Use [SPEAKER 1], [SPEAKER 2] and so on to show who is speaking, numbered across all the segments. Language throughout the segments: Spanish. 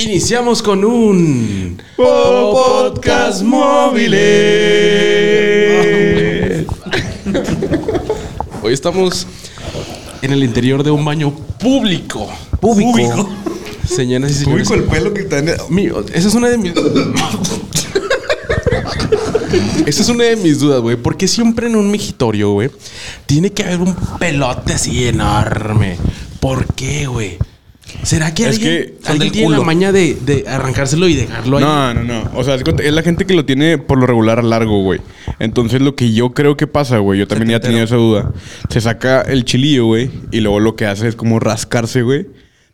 [SPEAKER 1] Iniciamos con un
[SPEAKER 2] Podcast móviles.
[SPEAKER 1] Hoy estamos en el interior de un baño público.
[SPEAKER 3] Público.
[SPEAKER 1] Señoras y señores.
[SPEAKER 2] Ubico el pelo que está en el-
[SPEAKER 1] Mío, esa es una de mis. Esa es una de mis dudas, güey. ¿Por qué siempre en un migitorio, güey, tiene que haber un pelote así enorme? ¿Por qué, güey? ¿Será que
[SPEAKER 2] Es
[SPEAKER 1] alguien,
[SPEAKER 2] que
[SPEAKER 3] son
[SPEAKER 1] alguien
[SPEAKER 3] del
[SPEAKER 1] tiene la
[SPEAKER 3] culo.
[SPEAKER 1] maña de, de arrancárselo y dejarlo ahí?
[SPEAKER 2] No, no, no. O sea, es cuenta- es la gente que lo tiene por lo regular largo, güey. Entonces, lo que yo creo que pasa, güey, yo también ya tenía esa duda. Se saca el chilillo, güey, y luego lo que hace es como rascarse, güey.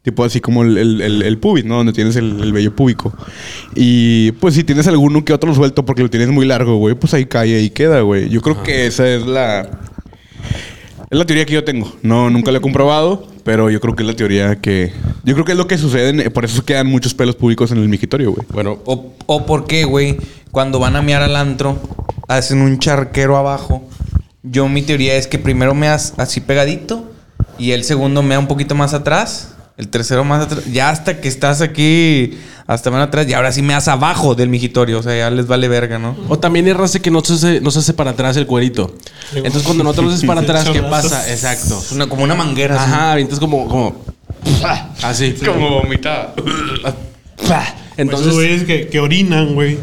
[SPEAKER 2] Tipo así como el, el, el- el pubis, ¿no? Donde tienes el, el vello púbico. Y pues si tienes alguno que otro suelto porque lo tienes muy largo, güey, pues ahí cae, ahí queda, güey. Yo creo que esa es la. Es la teoría que yo tengo. No, nunca la he comprobado, pero yo creo que es la teoría que. Yo creo que es lo que sucede. en- Por eso quedan muchos pelos públicos en el migitorio, güey.
[SPEAKER 1] Bueno,
[SPEAKER 3] O, o por qué, güey, cuando van a mear al antro, hacen un charquero abajo. Yo mi teoría es que primero meas así pegadito y el segundo mea un poquito más atrás, el tercero más atrás, ya hasta que estás aquí, hasta más atrás, y ahora sí meas abajo del mijitorio, o sea, ya les vale verga, ¿no?
[SPEAKER 1] O también hay raza que no se, hace- no se hace para atrás el cuerito. Entonces cuando no te lo haces para atrás, ¿qué pasa? Exacto.
[SPEAKER 3] Es una, como una manguera. así.
[SPEAKER 1] Ajá, entonces como, como así.
[SPEAKER 2] Como vomitado.
[SPEAKER 1] Entonces,
[SPEAKER 4] Pues Esos güeyes que, que orinan, güey.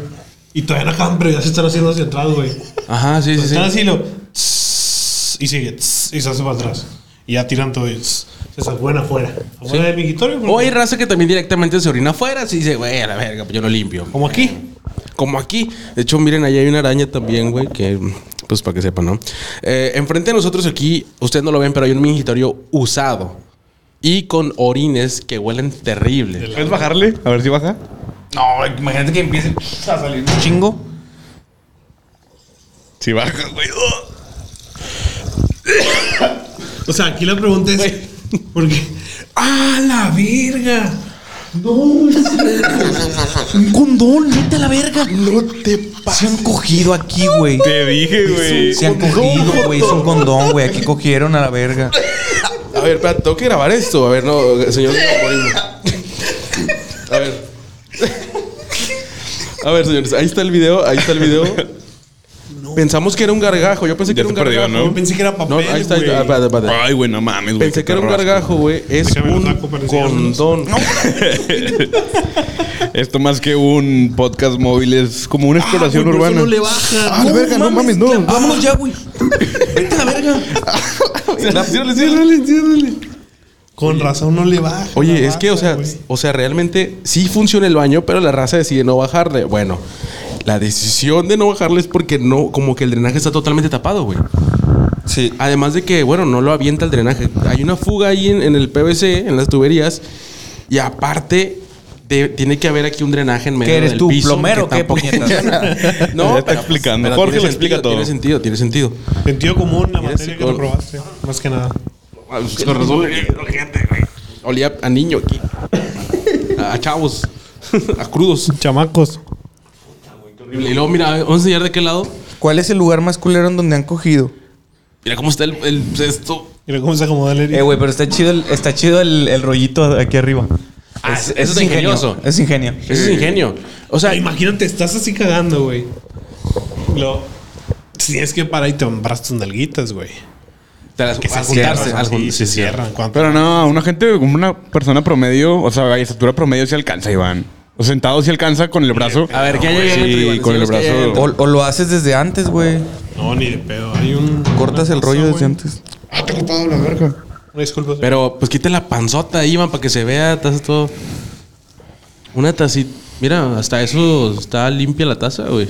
[SPEAKER 4] Y todavía no acaban, pero ya se están haciendo hacia atrás, güey.
[SPEAKER 1] ajá, sí, sí, sí.
[SPEAKER 4] Están así lo. tss, Y sigue. tss, Y se hace para atrás. Y ya tiran todo. y tss, Se sacuden afuera. Afuera del migitorio,
[SPEAKER 1] O hay
[SPEAKER 4] güey.
[SPEAKER 1] raza que también directamente se orina afuera, así dice, güey, a la verga, pues yo no limpio.
[SPEAKER 4] Como aquí.
[SPEAKER 1] Como aquí. De hecho, miren, ahí hay una araña también, güey, que, pues para que sepan, ¿no? Eh, enfrente de nosotros aquí, ustedes no lo ven, pero hay un mingitorio usado. Y con orines que huelen terrible.
[SPEAKER 2] ¿Puedes bajarle? A ver si baja.
[SPEAKER 3] No, imagínate que empiece a salir un chingo.
[SPEAKER 2] Si baja, güey.
[SPEAKER 4] O sea, aquí la pregunta es. ¿Por qué? ¡Ah, la verga! No, es cierto. Un condón, vete a la verga. No te
[SPEAKER 3] Se han cogido aquí, güey.
[SPEAKER 2] Te dije, güey.
[SPEAKER 3] Se han cogido, güey. Es un condón, güey. Aquí cogieron a la verga.
[SPEAKER 1] A ver, espera, tengo que grabar esto. A ver, no, señor. A ver. A ver, señores, ahí está el video, ahí está el video. Pensamos que era un gargajo, yo pensé que
[SPEAKER 2] Ya
[SPEAKER 1] era un
[SPEAKER 2] te perdió,
[SPEAKER 1] gargajo.
[SPEAKER 2] ¿no?
[SPEAKER 4] Yo pensé que era papel.
[SPEAKER 1] No, ahí está, ahí está.
[SPEAKER 4] güey.
[SPEAKER 1] Ah, espérate, espérate.
[SPEAKER 2] Ay, güey, no mames, güey.
[SPEAKER 1] Pensé
[SPEAKER 2] qué
[SPEAKER 1] que era un
[SPEAKER 2] perro
[SPEAKER 1] gargajo, güey. Es
[SPEAKER 4] Déjame lo
[SPEAKER 1] un
[SPEAKER 4] saco para enseñárselos.
[SPEAKER 1] condón.
[SPEAKER 2] asco. Esto más que un podcast móvil es como una exploración
[SPEAKER 4] Ah, Por eso
[SPEAKER 2] urbana.
[SPEAKER 4] No le baja.
[SPEAKER 2] Ah, la verga, no mames, no.
[SPEAKER 3] Vámonos ya, güey. Vete a la verga.
[SPEAKER 1] Ciérrale, ciérrale, ciérrale.
[SPEAKER 4] Con razón no le baja.
[SPEAKER 1] Oye,
[SPEAKER 4] la
[SPEAKER 1] es que, o
[SPEAKER 4] baja,
[SPEAKER 1] sea,
[SPEAKER 4] güey.
[SPEAKER 1] o sea, realmente sí funciona el baño, pero la raza decide no bajarle. Bueno, la decisión de no bajarle es porque no, como que el drenaje está totalmente tapado, güey.
[SPEAKER 3] Sí.
[SPEAKER 1] Además de que, bueno, no lo avienta el drenaje. Hay una fuga ahí en, en el PVC, en las tuberías. Y aparte, de- tiene que haber aquí un drenaje en medio
[SPEAKER 3] ¿Qué eres
[SPEAKER 1] del
[SPEAKER 3] tú,
[SPEAKER 1] piso,
[SPEAKER 3] plomero o qué,
[SPEAKER 1] tampoco-
[SPEAKER 3] puñetas?
[SPEAKER 2] Ya
[SPEAKER 1] no,
[SPEAKER 2] está explicando. Jorge
[SPEAKER 1] tiene
[SPEAKER 2] lo explica
[SPEAKER 1] sentido,
[SPEAKER 2] todo.
[SPEAKER 1] Tiene sentido, tiene sentido.
[SPEAKER 4] Sentido común, la
[SPEAKER 1] Mira,
[SPEAKER 4] materia que
[SPEAKER 1] psicólogo.
[SPEAKER 4] lo probaste. Más que nada.
[SPEAKER 1] Con razón, Olía a niño aquí. A chavos. A crudos.
[SPEAKER 4] Chamacos.
[SPEAKER 1] Y luego, mira, vamos a enseñar de qué lado.
[SPEAKER 3] ¿Cuál es el lugar más culero en donde han cogido?
[SPEAKER 1] Mira cómo está el, el cesto.
[SPEAKER 4] Mira cómo se acomoda el
[SPEAKER 3] Eh, güey, pero está chido el, está chido el, el rollito aquí arriba.
[SPEAKER 1] Ah, eso es ingenioso.
[SPEAKER 3] Es ingenio.
[SPEAKER 1] Eso es ingenio. O
[SPEAKER 4] O sea,
[SPEAKER 1] sea,
[SPEAKER 4] imagínate, estás así cagando, güey. Lo. Tienes que parar y te amarras tus nalguitas, güey.
[SPEAKER 1] te las-
[SPEAKER 4] Que
[SPEAKER 1] al
[SPEAKER 4] cierran,
[SPEAKER 1] juntarse, al
[SPEAKER 4] sí,
[SPEAKER 1] jun- sí,
[SPEAKER 4] se
[SPEAKER 1] sí.
[SPEAKER 4] cierran. Cuando-
[SPEAKER 2] Pero no, una gente, como una persona promedio, o sea, a estatura promedio sí alcanza, Iván. O sentado sí alcanza con el brazo.
[SPEAKER 1] A ver, ¿qué hay ahí
[SPEAKER 2] Sí,
[SPEAKER 1] adentro, Iván?
[SPEAKER 2] con el
[SPEAKER 1] Decimos que hay
[SPEAKER 2] brazo.
[SPEAKER 3] O, o lo haces desde antes, güey.
[SPEAKER 4] No, ni de pedo. Hay un.
[SPEAKER 3] Cortas
[SPEAKER 4] una
[SPEAKER 3] el
[SPEAKER 4] cosa,
[SPEAKER 3] rollo desde
[SPEAKER 4] güey.
[SPEAKER 3] antes.
[SPEAKER 2] Ah, te ocupado la verga.
[SPEAKER 4] Una Disculpa. señor.
[SPEAKER 1] Pero pues quita la panzota, Iván, para que se vea, taza todo. Una tacita. Mira, hasta eso está limpia la taza, güey.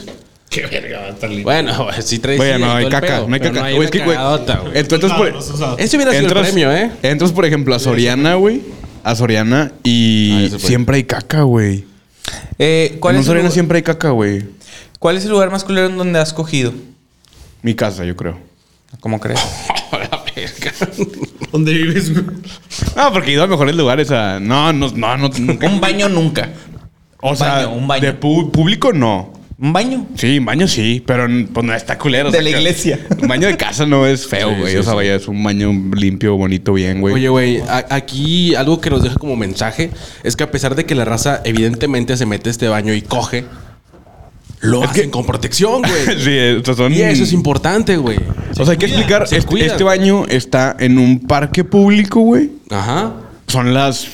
[SPEAKER 4] Qué verga va a estar lindo.
[SPEAKER 1] Bueno, güey, sí trae.
[SPEAKER 2] Güey,
[SPEAKER 1] sí,
[SPEAKER 2] no
[SPEAKER 1] todo
[SPEAKER 2] hay
[SPEAKER 1] el
[SPEAKER 2] caca,
[SPEAKER 1] pedo,
[SPEAKER 2] no hay
[SPEAKER 1] pero
[SPEAKER 2] caca.
[SPEAKER 1] hay
[SPEAKER 2] Güey,
[SPEAKER 1] una
[SPEAKER 2] es que, güey,
[SPEAKER 1] cagadota, güey.
[SPEAKER 2] Entonces, por,
[SPEAKER 4] Claro, no se sabe.
[SPEAKER 1] Ese este hubiera sido el premio, ¿eh?
[SPEAKER 2] Entras, por ejemplo, a Soriana, güey. A Soriana
[SPEAKER 1] Ah,
[SPEAKER 2] y
[SPEAKER 1] eso fue.
[SPEAKER 2] siempre hay caca, güey.
[SPEAKER 3] Eh, ¿cuál,
[SPEAKER 2] En un
[SPEAKER 3] es el
[SPEAKER 2] Soriana
[SPEAKER 3] lugar,
[SPEAKER 2] siempre hay caca, güey.
[SPEAKER 3] ¿Cuál es el lugar más culero en donde has cogido?
[SPEAKER 2] Mi casa, yo creo.
[SPEAKER 3] ¿Cómo crees?
[SPEAKER 4] ¿Dónde vives, güey?
[SPEAKER 2] Ah, porque he ido a mejores lugares. A... No, no, no, no. nunca.
[SPEAKER 3] Un baño nunca.
[SPEAKER 2] o sea,
[SPEAKER 3] baño, un baño.
[SPEAKER 2] de pu- público no.
[SPEAKER 3] Un baño.
[SPEAKER 2] Sí, un baño sí, pero n- pues no está culero. o
[SPEAKER 3] De
[SPEAKER 2] sea,
[SPEAKER 3] la
[SPEAKER 2] que-
[SPEAKER 3] iglesia.
[SPEAKER 2] Un baño de casa no es feo,
[SPEAKER 1] Sí,
[SPEAKER 2] güey.
[SPEAKER 1] sí,
[SPEAKER 2] o sea,
[SPEAKER 1] sí.
[SPEAKER 2] vaya, es un baño limpio, bonito, bien, güey.
[SPEAKER 1] Oye, güey, a- aquí algo que nos deja como mensaje es que a pesar de que la raza evidentemente se mete a este baño y coge, lo hacen con protección, güey.
[SPEAKER 2] sí, estos son...
[SPEAKER 1] y eso es importante, güey.
[SPEAKER 2] O sea, hay que
[SPEAKER 4] cuidan,
[SPEAKER 2] explicar,
[SPEAKER 1] se
[SPEAKER 2] este,
[SPEAKER 1] cuidan.
[SPEAKER 2] este baño está en un parque público, güey.
[SPEAKER 1] Ajá.
[SPEAKER 2] Son las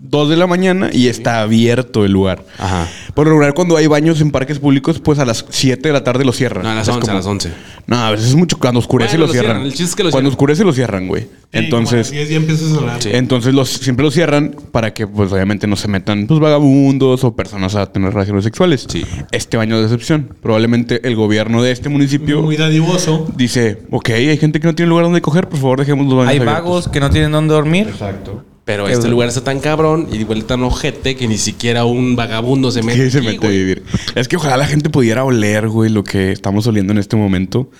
[SPEAKER 2] 2 de la mañana y está abierto el lugar.
[SPEAKER 1] Ajá.
[SPEAKER 2] Por lo regular, cuando hay baños en parques públicos, pues a las 7 de la tarde lo cierran.
[SPEAKER 1] No, a las
[SPEAKER 2] Es
[SPEAKER 1] 11, a
[SPEAKER 2] como-
[SPEAKER 1] las 11.
[SPEAKER 2] No, a veces es mucho. Cuando oscurece
[SPEAKER 1] Bueno,
[SPEAKER 2] lo
[SPEAKER 1] lo
[SPEAKER 2] cierran.
[SPEAKER 1] cierran. El chiste es que lo
[SPEAKER 2] cuando
[SPEAKER 1] cierran.
[SPEAKER 2] oscurece lo cierran, güey. Entonces,
[SPEAKER 4] Y ya empiezas a hablar.
[SPEAKER 2] entonces los, siempre lo cierran para que, pues obviamente, no se metan pues, vagabundos o personas a tener relaciones sexuales.
[SPEAKER 1] Sí.
[SPEAKER 2] Este baño de excepción. Probablemente el gobierno de este municipio
[SPEAKER 4] Muy dadivoso.
[SPEAKER 2] dice: Ok, hay gente que no tiene lugar donde coger, por favor, dejemos los baños
[SPEAKER 3] Hay
[SPEAKER 2] abiertos".
[SPEAKER 3] vagos que no tienen dónde dormir.
[SPEAKER 2] Exacto.
[SPEAKER 1] Pero
[SPEAKER 3] Qué
[SPEAKER 1] este
[SPEAKER 3] duro.
[SPEAKER 1] lugar está tan cabrón y igual tan ojete que ni siquiera un vagabundo se mete.
[SPEAKER 2] Sí, se
[SPEAKER 1] aquí,
[SPEAKER 2] mete a
[SPEAKER 1] güey.
[SPEAKER 2] vivir. Es que ojalá la gente pudiera oler, güey, lo que estamos oliendo en este momento.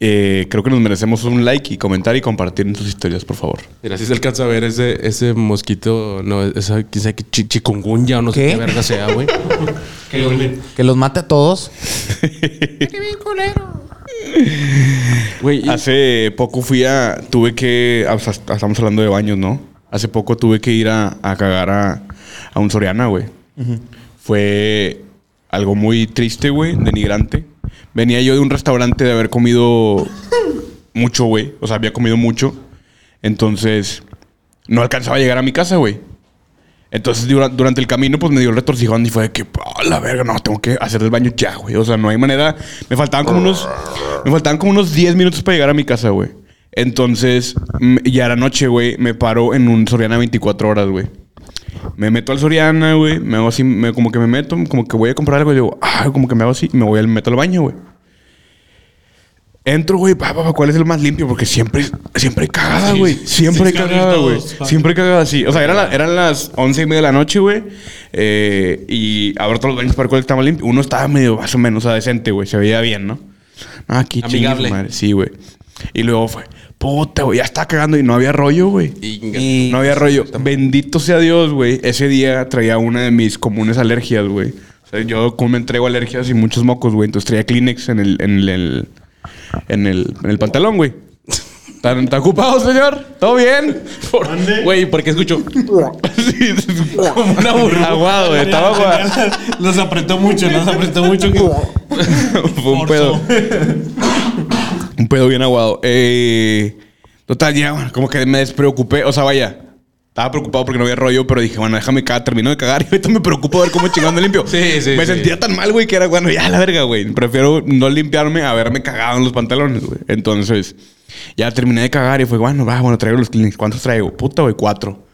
[SPEAKER 2] Eh, creo que nos merecemos un like y comentar y compartir en sus historias, por favor.
[SPEAKER 1] Mira, si se alcanza a ver ese, ese mosquito, no, esa, quién sabe qué chi- chikungunya o no sé
[SPEAKER 3] ¿Qué?
[SPEAKER 1] qué verga sea, güey.
[SPEAKER 4] Que huele.
[SPEAKER 3] Que los mate a todos.
[SPEAKER 1] Güey, y-
[SPEAKER 2] Hace poco fui a. Tuve que. ah, o sea, Estamos hablando de baños, ¿no? Hace poco tuve que ir a, a cagar a, a un Soriana, güey. Fue algo muy triste, güey, denigrante. Venía yo de un restaurante de haber comido mucho, güey. O sea, había comido mucho. Entonces, no alcanzaba a llegar a mi casa, güey. Entonces, dura- durante el camino, pues me dio el retorcijón y fue de que, "Ah, la verga, no, tengo que hacer del baño ya, güey. O sea, no hay manera. Me faltaban como unos, me faltaban como unos 10 minutos para llegar a mi casa, güey. Entonces, mm, ya era noche, güey. Me paro en un Soriana 24 horas, güey. Me meto al Soriana, güey. Me hago así, me- como que me meto, como que voy a comprar algo. Y digo, ah, como que me hago así. y Me voy al, me meto al baño, güey. Entro, güey, pa, pa, pa, ¿cuál es el más limpio? Porque siempre, siempre hay cagada,
[SPEAKER 4] Sí,
[SPEAKER 2] güey.
[SPEAKER 4] sí,
[SPEAKER 2] Siempre hay
[SPEAKER 4] sí, sí,
[SPEAKER 2] cagada,
[SPEAKER 4] todos,
[SPEAKER 2] güey.
[SPEAKER 4] pa.
[SPEAKER 2] Siempre cagada así. O sea, eran, la- eran las once y media de la noche, güey. Eh, y abro todos los baños para ver cuál estaba limpio. Uno estaba medio más o menos, o sea, decente, güey. Se veía bien, ¿no? Ah, aquí chingue su
[SPEAKER 1] Amigable.
[SPEAKER 2] madre. Sí, güey. Y luego fue, puta, güey, ya está cagando y no había rollo, güey.
[SPEAKER 1] Inga.
[SPEAKER 3] Y
[SPEAKER 2] No había rollo. Bendito sea Dios, güey. Ese día traía una de mis comunes alergias, güey. O sea, yo como me entrego alergias y muchos mocos, güey. Entonces traía Kleenex en el, en el, en el, en el pantalón, güey. ¿Tan, tan ocupado, señor? ¿Todo bien?
[SPEAKER 1] por-
[SPEAKER 4] ¿Ande?
[SPEAKER 1] güey, porque escucho
[SPEAKER 2] Sí, es como una burla. Aguado, güey. Estaba aguado.
[SPEAKER 4] Los apretó mucho, los apretó mucho. que-
[SPEAKER 2] Fue un pedo. Un pedo bien aguado. Eh, total, ya, bueno, como que me despreocupé. O sea, vaya. Estaba preocupado porque no había rollo, pero dije, bueno, déjame cagar, termino de cagar y ahorita me preocupo a ver cómo chingado me limpio.
[SPEAKER 1] Sí, sí,
[SPEAKER 2] Me
[SPEAKER 1] sí.
[SPEAKER 2] sentía tan mal, güey, que era, bueno, ya la verga, güey. Prefiero no limpiarme a verme cagado en los pantalones, güey. Entonces, ya terminé de cagar y fue, bueno, va, bueno, traigo los Kleenex. ¿Cuántos traigo? Puta, güey, cuatro.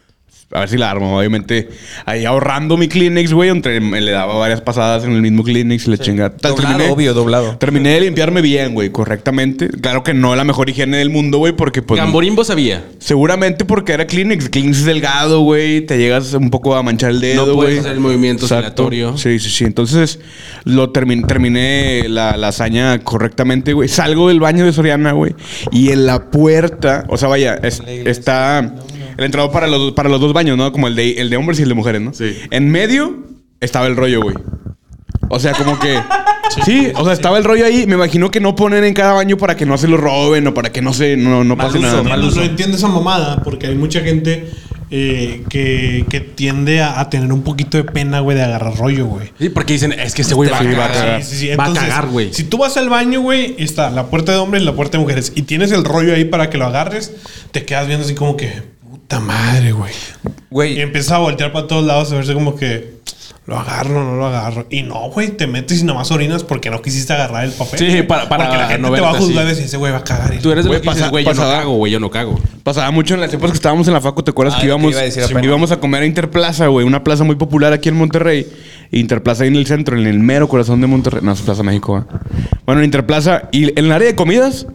[SPEAKER 2] A ver si la armo, obviamente. Ahí ahorrando mi Kleenex, güey, entre me le daba varias pasadas en el mismo Kleenex y la chingada. Tal,
[SPEAKER 3] Doblado,
[SPEAKER 2] terminé-
[SPEAKER 3] obvio, doblado.
[SPEAKER 2] Terminé de limpiarme bien, güey, correctamente. Claro que no la mejor higiene del mundo, güey, porque pues...
[SPEAKER 1] Gamborimbo sabía.
[SPEAKER 2] Seguramente porque era Kleenex. Kleenex es delgado, güey. Te llegas un poco a manchar el dedo,
[SPEAKER 1] No
[SPEAKER 2] güey.
[SPEAKER 1] puedes hacer el movimiento oscilatorio.
[SPEAKER 2] Sí, sí, sí. Entonces, lo termin- terminé la, la hazaña correctamente, güey. Salgo del baño de Soriana, güey. Y en la puerta... O sea, vaya, es- está... El entrado para los, para los dos baños, ¿no? Como el de, el de hombres y el de mujeres, ¿no?
[SPEAKER 1] Sí.
[SPEAKER 2] En medio estaba el rollo, güey. O sea, como que. Sí, o sea, estaba el rollo ahí. Me imagino que no ponen en cada baño para que no se lo roben o para que no se no, no pase
[SPEAKER 3] uso,
[SPEAKER 2] nada.
[SPEAKER 3] mal
[SPEAKER 4] No entiendo esa mamada porque hay mucha gente eh, que, que tiende a, a tener un poquito de pena, güey, de agarrar rollo, güey.
[SPEAKER 1] Sí, porque dicen, es que este güey va,
[SPEAKER 2] Sí,
[SPEAKER 1] a cagar.
[SPEAKER 4] Sí, sí, sí.
[SPEAKER 1] va a
[SPEAKER 4] Entonces,
[SPEAKER 1] cagar, güey.
[SPEAKER 4] Si tú vas al baño, güey, y está la puerta de hombres y la puerta de mujeres y tienes el rollo ahí para que lo agarres, te quedas viendo así como que, puta madre, güey. Y
[SPEAKER 3] Güey,
[SPEAKER 4] empiezas a voltear para todos lados a verse como que, lo agarro, no lo agarro. Y no, güey, te metes y nomás orinas porque no quisiste agarrar el papel.
[SPEAKER 1] Sí, para- para
[SPEAKER 4] Porque la gente
[SPEAKER 1] no
[SPEAKER 4] te va a
[SPEAKER 1] verte
[SPEAKER 4] juzgar
[SPEAKER 1] así.
[SPEAKER 4] y decir, ese güey va a cagar. Y
[SPEAKER 1] Tú eres de
[SPEAKER 2] Güey,
[SPEAKER 1] los que dices,
[SPEAKER 2] pasa-
[SPEAKER 1] güey, yo no
[SPEAKER 2] pasada.
[SPEAKER 1] cago, güey, yo no cago.
[SPEAKER 2] Pasaba mucho en las épocas que estábamos en la facu, ¿te acuerdas
[SPEAKER 3] Ah,
[SPEAKER 2] que
[SPEAKER 3] lo que
[SPEAKER 2] íbamos,
[SPEAKER 3] iba a decir
[SPEAKER 2] sí,
[SPEAKER 3] apenas.
[SPEAKER 2] íbamos a comer a Interplaza, güey? Una plaza muy popular aquí en Monterrey. Interplaza ahí en el centro, en el mero corazón de Monterrey. No, es Plaza México, ¿va? Bueno, en Interplaza y en el área de comidas,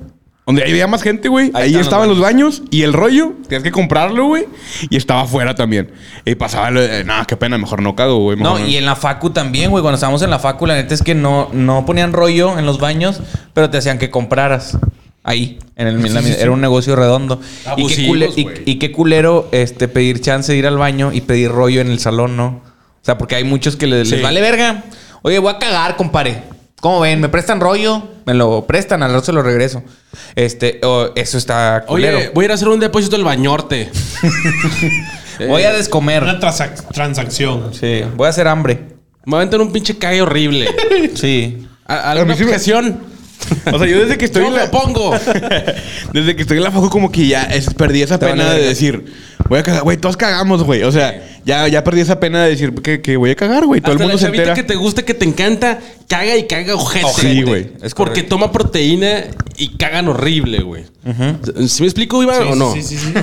[SPEAKER 2] donde ahí había más gente, güey.
[SPEAKER 3] Ahí
[SPEAKER 2] Ahí,
[SPEAKER 3] están
[SPEAKER 2] estaban
[SPEAKER 3] los
[SPEAKER 2] los baños. y el rollo, tenías que comprarlo, güey. Y estaba afuera también. Y pasaba lo de, no, qué pena, mejor no cago, güey. mejor
[SPEAKER 3] no, y en la facu también, güey. Cuando estábamos en la facu, la neta es que no, no ponían rollo en los baños, pero te hacían que compraras. Ahí, en el, en la- era un negocio redondo.
[SPEAKER 1] Ah,
[SPEAKER 3] y, qué
[SPEAKER 1] Abusivos,
[SPEAKER 3] cule- y-
[SPEAKER 1] pues güey.
[SPEAKER 3] y qué culero este, pedir chance de ir al baño y pedir rollo en el salón, ¿no? O sea, porque hay muchos que les, les
[SPEAKER 1] Sí.
[SPEAKER 3] vale verga. Oye, voy a cagar, compadre. ¿Cómo ven? ¿Me prestan rollo? Me lo prestan, al rato se lo regreso. Este, oh, eso está culero.
[SPEAKER 1] Oye, voy a ir a hacer un depósito al bañorte. eh,
[SPEAKER 3] voy a descomer.
[SPEAKER 4] Una transac- transacción.
[SPEAKER 3] Sí, voy a hacer hambre.
[SPEAKER 1] Me va a aventar un pinche cague horrible.
[SPEAKER 3] Sí.
[SPEAKER 1] ¿A-
[SPEAKER 2] A mí
[SPEAKER 1] ¿Alguna
[SPEAKER 2] sí me-
[SPEAKER 1] objeción?
[SPEAKER 2] O sea, yo desde que estoy
[SPEAKER 1] Yo
[SPEAKER 2] en
[SPEAKER 1] me
[SPEAKER 2] la...
[SPEAKER 1] opongo.
[SPEAKER 2] Desde que estoy en la facu como que ya es- perdí esa
[SPEAKER 3] Te van a
[SPEAKER 2] pena de
[SPEAKER 3] verga.
[SPEAKER 2] decir... Voy a cagar, güey, todos cagamos, güey. O sea, ya, ya perdí esa pena de decir que, que voy a cagar, güey. Todo
[SPEAKER 1] Hasta
[SPEAKER 2] el mundo
[SPEAKER 1] la
[SPEAKER 2] se
[SPEAKER 1] chavita
[SPEAKER 2] entera.
[SPEAKER 1] que te gusta, que te encanta, caga y caga ojete.
[SPEAKER 2] Ojete, Sí, güey.
[SPEAKER 3] es
[SPEAKER 1] Porque
[SPEAKER 3] correcto.
[SPEAKER 1] toma proteína y cagan horrible, güey. ¿Sí me explico, Iván,
[SPEAKER 4] Sí,
[SPEAKER 1] o
[SPEAKER 4] sí,
[SPEAKER 1] no?
[SPEAKER 4] sí, sí, sí.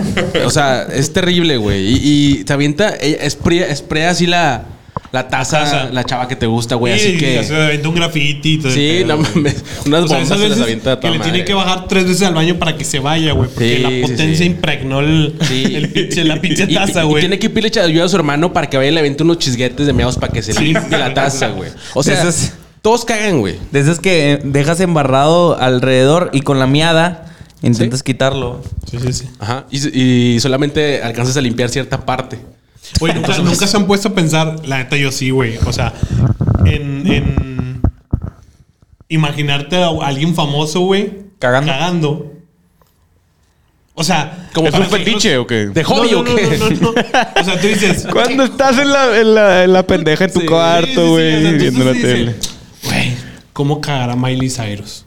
[SPEAKER 1] O sea, es terrible, güey. Y, y te avienta, ella esprea, esprea así la, la taza,
[SPEAKER 4] Taza.
[SPEAKER 1] la chava que te gusta, güey.
[SPEAKER 4] Sí,
[SPEAKER 1] Así
[SPEAKER 4] o
[SPEAKER 1] que.
[SPEAKER 4] sea, aventó un graffiti y todo el
[SPEAKER 1] Sí,
[SPEAKER 4] pedo,
[SPEAKER 1] no
[SPEAKER 4] güey.
[SPEAKER 1] mames. Unas
[SPEAKER 4] O sea,
[SPEAKER 1] bombas
[SPEAKER 4] esas
[SPEAKER 1] se las
[SPEAKER 4] veces
[SPEAKER 1] avienta a
[SPEAKER 4] que
[SPEAKER 1] tu
[SPEAKER 4] le
[SPEAKER 1] madre.
[SPEAKER 4] tiene que bajar tres veces al baño para que se vaya, güey. Porque
[SPEAKER 1] Sí,
[SPEAKER 4] la
[SPEAKER 1] sí,
[SPEAKER 4] potencia
[SPEAKER 1] sí.
[SPEAKER 4] impregnó el,
[SPEAKER 1] Sí.
[SPEAKER 4] el pinche, la pinche
[SPEAKER 1] Y-
[SPEAKER 4] taza,
[SPEAKER 1] y- Y,
[SPEAKER 4] güey.
[SPEAKER 1] tiene que pedirle ayuda a su hermano para que vaya y le aviente unos chisguetes de meados para que se
[SPEAKER 4] Sí.
[SPEAKER 1] limpie la taza, güey. O sea,
[SPEAKER 3] Eso es-
[SPEAKER 1] todos cagan, güey.
[SPEAKER 3] De esas que eh, dejas embarrado alrededor y con la miada intentas quitarlo.
[SPEAKER 4] Sí, sí, sí.
[SPEAKER 1] Ajá. Y, y solamente alcanzas a limpiar cierta parte.
[SPEAKER 4] Oye, nunca,
[SPEAKER 1] pues,
[SPEAKER 4] nunca se han puesto a pensar, la neta yo sí, güey. O sea, en, en imaginarte a alguien famoso, güey.
[SPEAKER 3] Cagando.
[SPEAKER 4] Cagando. O sea,
[SPEAKER 1] Como
[SPEAKER 2] ¿Es un
[SPEAKER 4] para que
[SPEAKER 2] fetiche o qué?
[SPEAKER 1] ¿De hobby
[SPEAKER 4] no,
[SPEAKER 1] o
[SPEAKER 4] no,
[SPEAKER 1] qué?
[SPEAKER 4] No, no, no, no. O sea, tú dices.
[SPEAKER 2] Cuando estás en la, en la, en la pendeja en tu
[SPEAKER 1] Sí,
[SPEAKER 4] Sí, sí,
[SPEAKER 2] cuarto,
[SPEAKER 4] sí,
[SPEAKER 2] güey,
[SPEAKER 4] o sea, entonces
[SPEAKER 2] viendo la
[SPEAKER 4] sí
[SPEAKER 2] tele.
[SPEAKER 4] dices, Güey, ¿cómo cagará Miley Cyrus?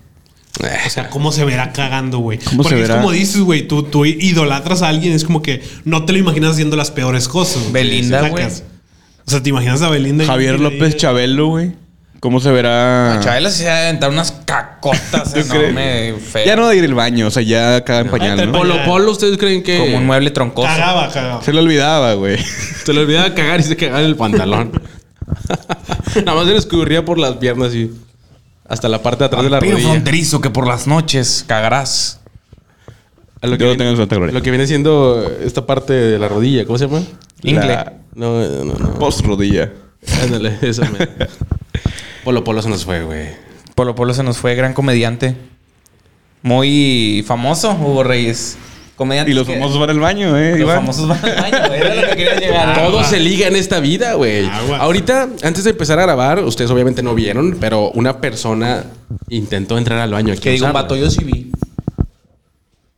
[SPEAKER 4] O sea, ¿cómo se verá cagando, güey?
[SPEAKER 2] Eh. ¿Cómo
[SPEAKER 4] Porque
[SPEAKER 2] se
[SPEAKER 4] es
[SPEAKER 2] verá?
[SPEAKER 4] como dices, güey, tú, tú idolatras a alguien, es como que no te lo imaginas haciendo las peores cosas. güey.
[SPEAKER 3] Belinda, güey.
[SPEAKER 4] Sacas. O sea, te imaginas a Belinda. y-
[SPEAKER 2] Javier
[SPEAKER 4] y-
[SPEAKER 2] López Chabelo, güey. ¿Cómo se verá?
[SPEAKER 3] A Chabela se ha de aventar unas cacotas
[SPEAKER 2] Ah. ¿Tú
[SPEAKER 3] enorme,
[SPEAKER 2] crees?
[SPEAKER 3] feo.
[SPEAKER 2] Ya no de ir al baño, o sea, ya caga en pañal,
[SPEAKER 4] Ahí
[SPEAKER 2] ¿no?
[SPEAKER 4] está
[SPEAKER 1] Polo Polo, ¿ustedes creen que.?
[SPEAKER 3] Como un mueble troncoso.
[SPEAKER 4] Cagaba, cagaba.
[SPEAKER 2] Se le olvidaba, güey.
[SPEAKER 1] Se le olvidaba cagar y se cagaba en el pantalón. Nada más se le escurría por las piernas y. Hasta la parte de atrás de la
[SPEAKER 3] Pero
[SPEAKER 1] rodilla.
[SPEAKER 3] fronterizo que por las noches cagarás.
[SPEAKER 1] A lo que
[SPEAKER 2] Yo lo
[SPEAKER 1] viene-
[SPEAKER 2] tengo en Santa Gloria.
[SPEAKER 1] Lo que viene siendo esta parte de la rodilla, ¿cómo se llama?
[SPEAKER 3] Ingle.
[SPEAKER 1] No, no, no. no.
[SPEAKER 2] Post rodilla.
[SPEAKER 1] Ándale, eso me. Polo Polo se nos fue, güey.
[SPEAKER 3] Polo Polo se nos fue, gran comediante. Muy famoso, Hugo Reyes. Comediante.
[SPEAKER 2] Y los
[SPEAKER 3] que-
[SPEAKER 2] famosos van al baño, ¿eh?
[SPEAKER 3] Los
[SPEAKER 2] Iván?
[SPEAKER 3] famosos van al baño, güey. Era lo que quería llegar. Ah,
[SPEAKER 1] Todo
[SPEAKER 4] Agua.
[SPEAKER 1] se liga en esta vida, güey.
[SPEAKER 4] Agua.
[SPEAKER 1] Ahorita, antes de empezar a grabar, ustedes obviamente no vieron, pero una persona intentó entrar al baño aquí.
[SPEAKER 3] Que
[SPEAKER 1] en
[SPEAKER 3] digo, un
[SPEAKER 1] Usana.
[SPEAKER 3] vato, yo sí vi.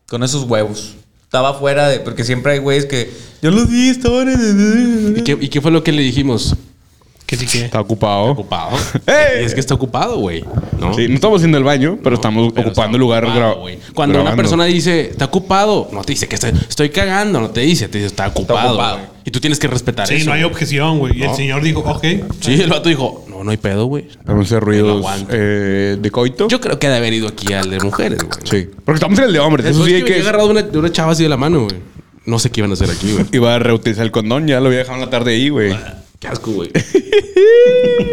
[SPEAKER 3] Con esos huevos. Estaba fuera de. Porque siempre hay güeyes que. Yo los vi, estaban en.
[SPEAKER 1] ¿Y qué, y qué fue lo que le dijimos?
[SPEAKER 4] Que sí que.
[SPEAKER 2] Está ocupado.
[SPEAKER 1] Ocupado.
[SPEAKER 2] ¡Ey!
[SPEAKER 1] Y es que está ocupado, güey. ¿no?
[SPEAKER 2] Sí, no estamos haciendo el baño, pero estamos
[SPEAKER 1] Pero
[SPEAKER 2] ocupando
[SPEAKER 1] está
[SPEAKER 2] el lugar
[SPEAKER 1] ocupado,
[SPEAKER 2] gra-
[SPEAKER 1] güey. Cuando una
[SPEAKER 2] grabando.
[SPEAKER 1] persona dice, está ocupado, no te dice que está- estoy cagando, no te dice, te dice, está ocupado.
[SPEAKER 3] ocupado.
[SPEAKER 1] güey". Y tú tienes que respetar
[SPEAKER 4] Sí,
[SPEAKER 1] eso.
[SPEAKER 4] no hay
[SPEAKER 1] güey.
[SPEAKER 4] objeción, güey. Y el señor dijo, ok.
[SPEAKER 1] Sí, el vato dijo, no, no hay pedo, güey.
[SPEAKER 2] Vamos a hacer
[SPEAKER 1] Lo
[SPEAKER 2] ruidos
[SPEAKER 1] aguanto.
[SPEAKER 2] eh, de coito.
[SPEAKER 1] Yo creo que de haber ido aquí al de mujeres, güey.
[SPEAKER 2] Sí. Porque estamos en el de hombres. Eso
[SPEAKER 1] Después que,
[SPEAKER 2] sí hay
[SPEAKER 1] me había
[SPEAKER 2] que...
[SPEAKER 1] agarrado una, de una chava así de la mano, güey. No sé qué iban a hacer aquí, güey.
[SPEAKER 2] Iba a reutilizar el condón, ya lo había dejado en la tarde ahí, güey.
[SPEAKER 1] Qué asco, güey.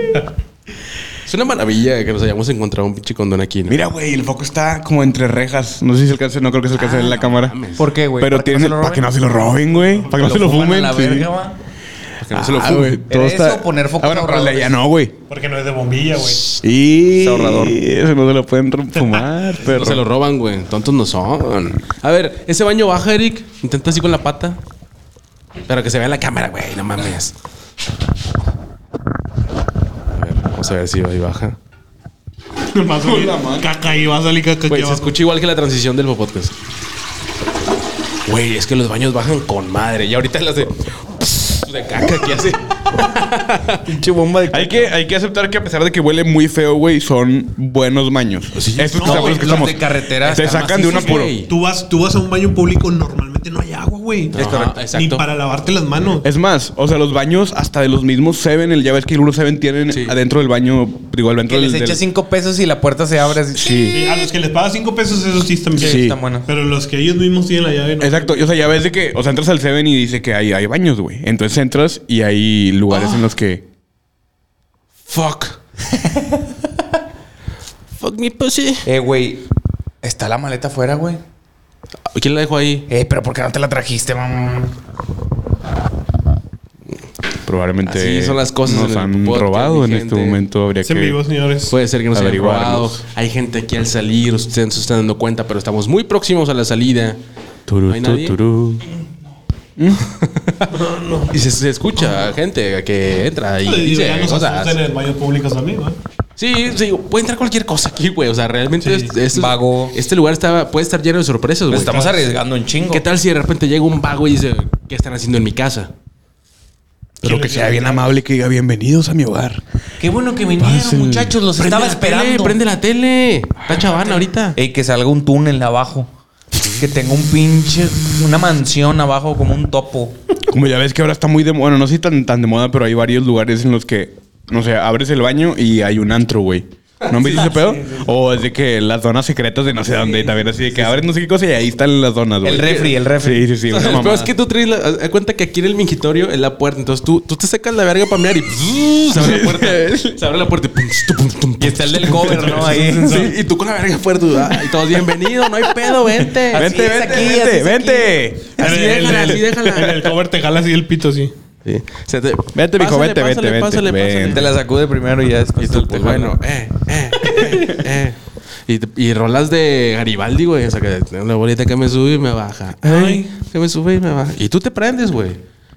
[SPEAKER 1] es una maravilla que nos hayamos encontrado un pinche condón aquí, ¿no?
[SPEAKER 2] Mira, güey, el foco está como entre rejas. No sé si se alcanza, no creo que se alcance en la cámara.
[SPEAKER 1] mames.
[SPEAKER 3] ¿Por qué, güey?
[SPEAKER 2] Pero
[SPEAKER 3] ¿Para que no
[SPEAKER 2] tiene,
[SPEAKER 3] se lo
[SPEAKER 2] para que
[SPEAKER 3] roben?
[SPEAKER 2] no se lo roben, güey. Para que no se lo
[SPEAKER 3] fuman a
[SPEAKER 2] fumen.
[SPEAKER 3] la
[SPEAKER 2] sí.
[SPEAKER 3] verga, va.
[SPEAKER 1] Que no se lo
[SPEAKER 2] Ah,
[SPEAKER 1] fumen.
[SPEAKER 2] güey, todo
[SPEAKER 3] eso
[SPEAKER 2] está-
[SPEAKER 3] o poner focos
[SPEAKER 2] Ah, bueno, pero el de
[SPEAKER 3] ahorradores?
[SPEAKER 2] allá no, güey.
[SPEAKER 4] Porque no es de bombilla, güey.
[SPEAKER 2] Y
[SPEAKER 3] ahorrador.
[SPEAKER 2] Eso no se lo pueden ro- fumar, pero
[SPEAKER 1] No se lo roban, güey. Tontos no son. A ver, ese baño baja, Eric. Intenta así con la pata. Pero que se vea en la cámara, güey. No mames. A ver, vamos a ver si ahí baja.
[SPEAKER 4] Va a salir caca y va a salir caca.
[SPEAKER 1] Güey,
[SPEAKER 4] aquí
[SPEAKER 1] se
[SPEAKER 4] abajo.
[SPEAKER 1] escucha igual que la transición del podcast. Güey, es que los baños bajan con madre. Y ahorita las de... De caca que hace.
[SPEAKER 3] Pinche bomba de.
[SPEAKER 2] Hay que, hay que aceptar que a pesar de que huele muy feo, güey, son buenos baños.
[SPEAKER 1] Pues
[SPEAKER 2] Estos
[SPEAKER 3] no,
[SPEAKER 2] que estamos-
[SPEAKER 3] güey,
[SPEAKER 2] que
[SPEAKER 3] los
[SPEAKER 2] estamos-
[SPEAKER 3] de carretera
[SPEAKER 2] Te
[SPEAKER 3] están
[SPEAKER 2] sacan de un
[SPEAKER 1] macizos,
[SPEAKER 2] apuro.
[SPEAKER 1] güey.
[SPEAKER 4] Tú vas, tú vas a un baño público, normalmente no hay agua, güey.
[SPEAKER 1] Es correcto.
[SPEAKER 4] Ni
[SPEAKER 1] Exacto.
[SPEAKER 4] para lavarte las manos.
[SPEAKER 2] Es más, o sea, los baños hasta de los mismos Seven, el ya ves que algunos Seven tienen
[SPEAKER 1] Sí.
[SPEAKER 2] adentro del baño, digo, adentro
[SPEAKER 3] Que les
[SPEAKER 2] del,
[SPEAKER 3] echa
[SPEAKER 2] del-
[SPEAKER 3] cinco pesos y la puerta se abre así.
[SPEAKER 4] Sí, a los que les pagas cinco pesos, eso sí están bien.
[SPEAKER 3] Sí, están buenos.
[SPEAKER 4] Pero los que ellos mismos tienen la llave, no.
[SPEAKER 2] Exacto, y, o sea, ya ves de que, o sea, entras al Seven y dice que hay, hay baños, güey. Entonces entras y hay lugares en los que
[SPEAKER 1] Fuck. Fuck me pussy.
[SPEAKER 3] Eh, güey. Está la maleta afuera, güey.
[SPEAKER 1] ¿Quién la dejó ahí?
[SPEAKER 3] Eh, pero ¿por qué no te la trajiste, mamá?
[SPEAKER 2] probablemente
[SPEAKER 1] Así son las cosas en
[SPEAKER 2] nos
[SPEAKER 1] el
[SPEAKER 2] han
[SPEAKER 1] podcast,
[SPEAKER 2] robado
[SPEAKER 1] mi
[SPEAKER 2] en
[SPEAKER 1] gente.
[SPEAKER 2] este momento. Habría
[SPEAKER 4] Es en
[SPEAKER 2] que
[SPEAKER 4] vivo, señores.
[SPEAKER 1] Puede ser que nos hayan robado.
[SPEAKER 2] Averiguarlos.
[SPEAKER 1] Hay gente aquí al salir. Ustedes no se están dando cuenta, pero estamos muy próximos a la salida.
[SPEAKER 2] Turú,
[SPEAKER 1] ¿No hay nadie?
[SPEAKER 2] turú.
[SPEAKER 1] Y se, se escucha a gente que entra y
[SPEAKER 4] Y Ah, digo, ya
[SPEAKER 1] dice
[SPEAKER 4] nos
[SPEAKER 1] cosas.
[SPEAKER 4] asustan en el baño público también, ¿eh?
[SPEAKER 1] Sí, sí, puede entrar cualquier cosa aquí, güey. O sea, realmente
[SPEAKER 4] Sí.
[SPEAKER 1] es- es-
[SPEAKER 3] Vago.
[SPEAKER 1] este lugar está, puede estar lleno de sorpresas,
[SPEAKER 3] Nos
[SPEAKER 1] güey.
[SPEAKER 3] estamos arriesgando un chingo.
[SPEAKER 1] ¿Qué tal si de repente llega un vago y dice, ¿qué están haciendo en mi casa?
[SPEAKER 2] Pero que sea bien amable y que diga bienvenidos a mi hogar.
[SPEAKER 3] Qué bueno que vinieron,
[SPEAKER 2] Pásenle.
[SPEAKER 3] muchachos. Los
[SPEAKER 1] Prende
[SPEAKER 3] estaba
[SPEAKER 1] la tele,
[SPEAKER 3] esperando.
[SPEAKER 1] prende la tele. Está chavana ahorita.
[SPEAKER 3] Ey, que salga un túnel abajo. Que tenga un pinche. Una mansión abajo como un topo.
[SPEAKER 2] Como ya ves que ahora está muy de moda, bueno, no sé si tan, tan de moda, pero hay varios lugares en los que, no sé, abres el baño y hay un antro, güey. ¿No han visto ese pedo? O es de que las donas secretas de no sé dónde, también así de que abres no sé qué cosa y ahí están las donas, güey.
[SPEAKER 3] El refri, el refri.
[SPEAKER 2] Sí, sí, sí. una
[SPEAKER 1] El peor
[SPEAKER 2] mamada.
[SPEAKER 1] es que tú traes la, haz de cuenta que aquí en el mingitorio es la puerta. Entonces tú, tú te sacas la verga para mear y ¡zzz! se abre la puerta. Se abre la puerta y, pum, tum, pum, tum,
[SPEAKER 3] Y está el del cover, ¿no? Ahí.
[SPEAKER 1] Sí, y tú con la verga fuerte. ah, Y todos bienvenido, no hay pedo, vente.
[SPEAKER 3] Así
[SPEAKER 2] Vente,
[SPEAKER 3] es
[SPEAKER 2] vente,
[SPEAKER 3] aquí, así
[SPEAKER 2] vente,
[SPEAKER 3] es
[SPEAKER 2] vente.
[SPEAKER 1] Así
[SPEAKER 4] En el-
[SPEAKER 1] déjala,
[SPEAKER 4] en el-
[SPEAKER 1] así déjala.
[SPEAKER 4] En el cover te jala así el pito, sí.
[SPEAKER 1] Sí. Se te-
[SPEAKER 2] Vente, mijo,
[SPEAKER 1] pásale,
[SPEAKER 2] vente,
[SPEAKER 1] pásale,
[SPEAKER 2] vente,
[SPEAKER 1] pásale,
[SPEAKER 2] vente,
[SPEAKER 1] pásale.
[SPEAKER 3] Te la sacude primero y ya
[SPEAKER 1] Y
[SPEAKER 3] después
[SPEAKER 1] tú,
[SPEAKER 3] tú
[SPEAKER 1] pues,
[SPEAKER 3] te
[SPEAKER 1] bueno,
[SPEAKER 3] bueno.
[SPEAKER 1] eh, eh, eh, eh. Y, te- y rolas de Garibaldi, güey. O sea, que una bolita que me sube y me baja. Ay, que me sube y me baja. Y tú te prendes, güey.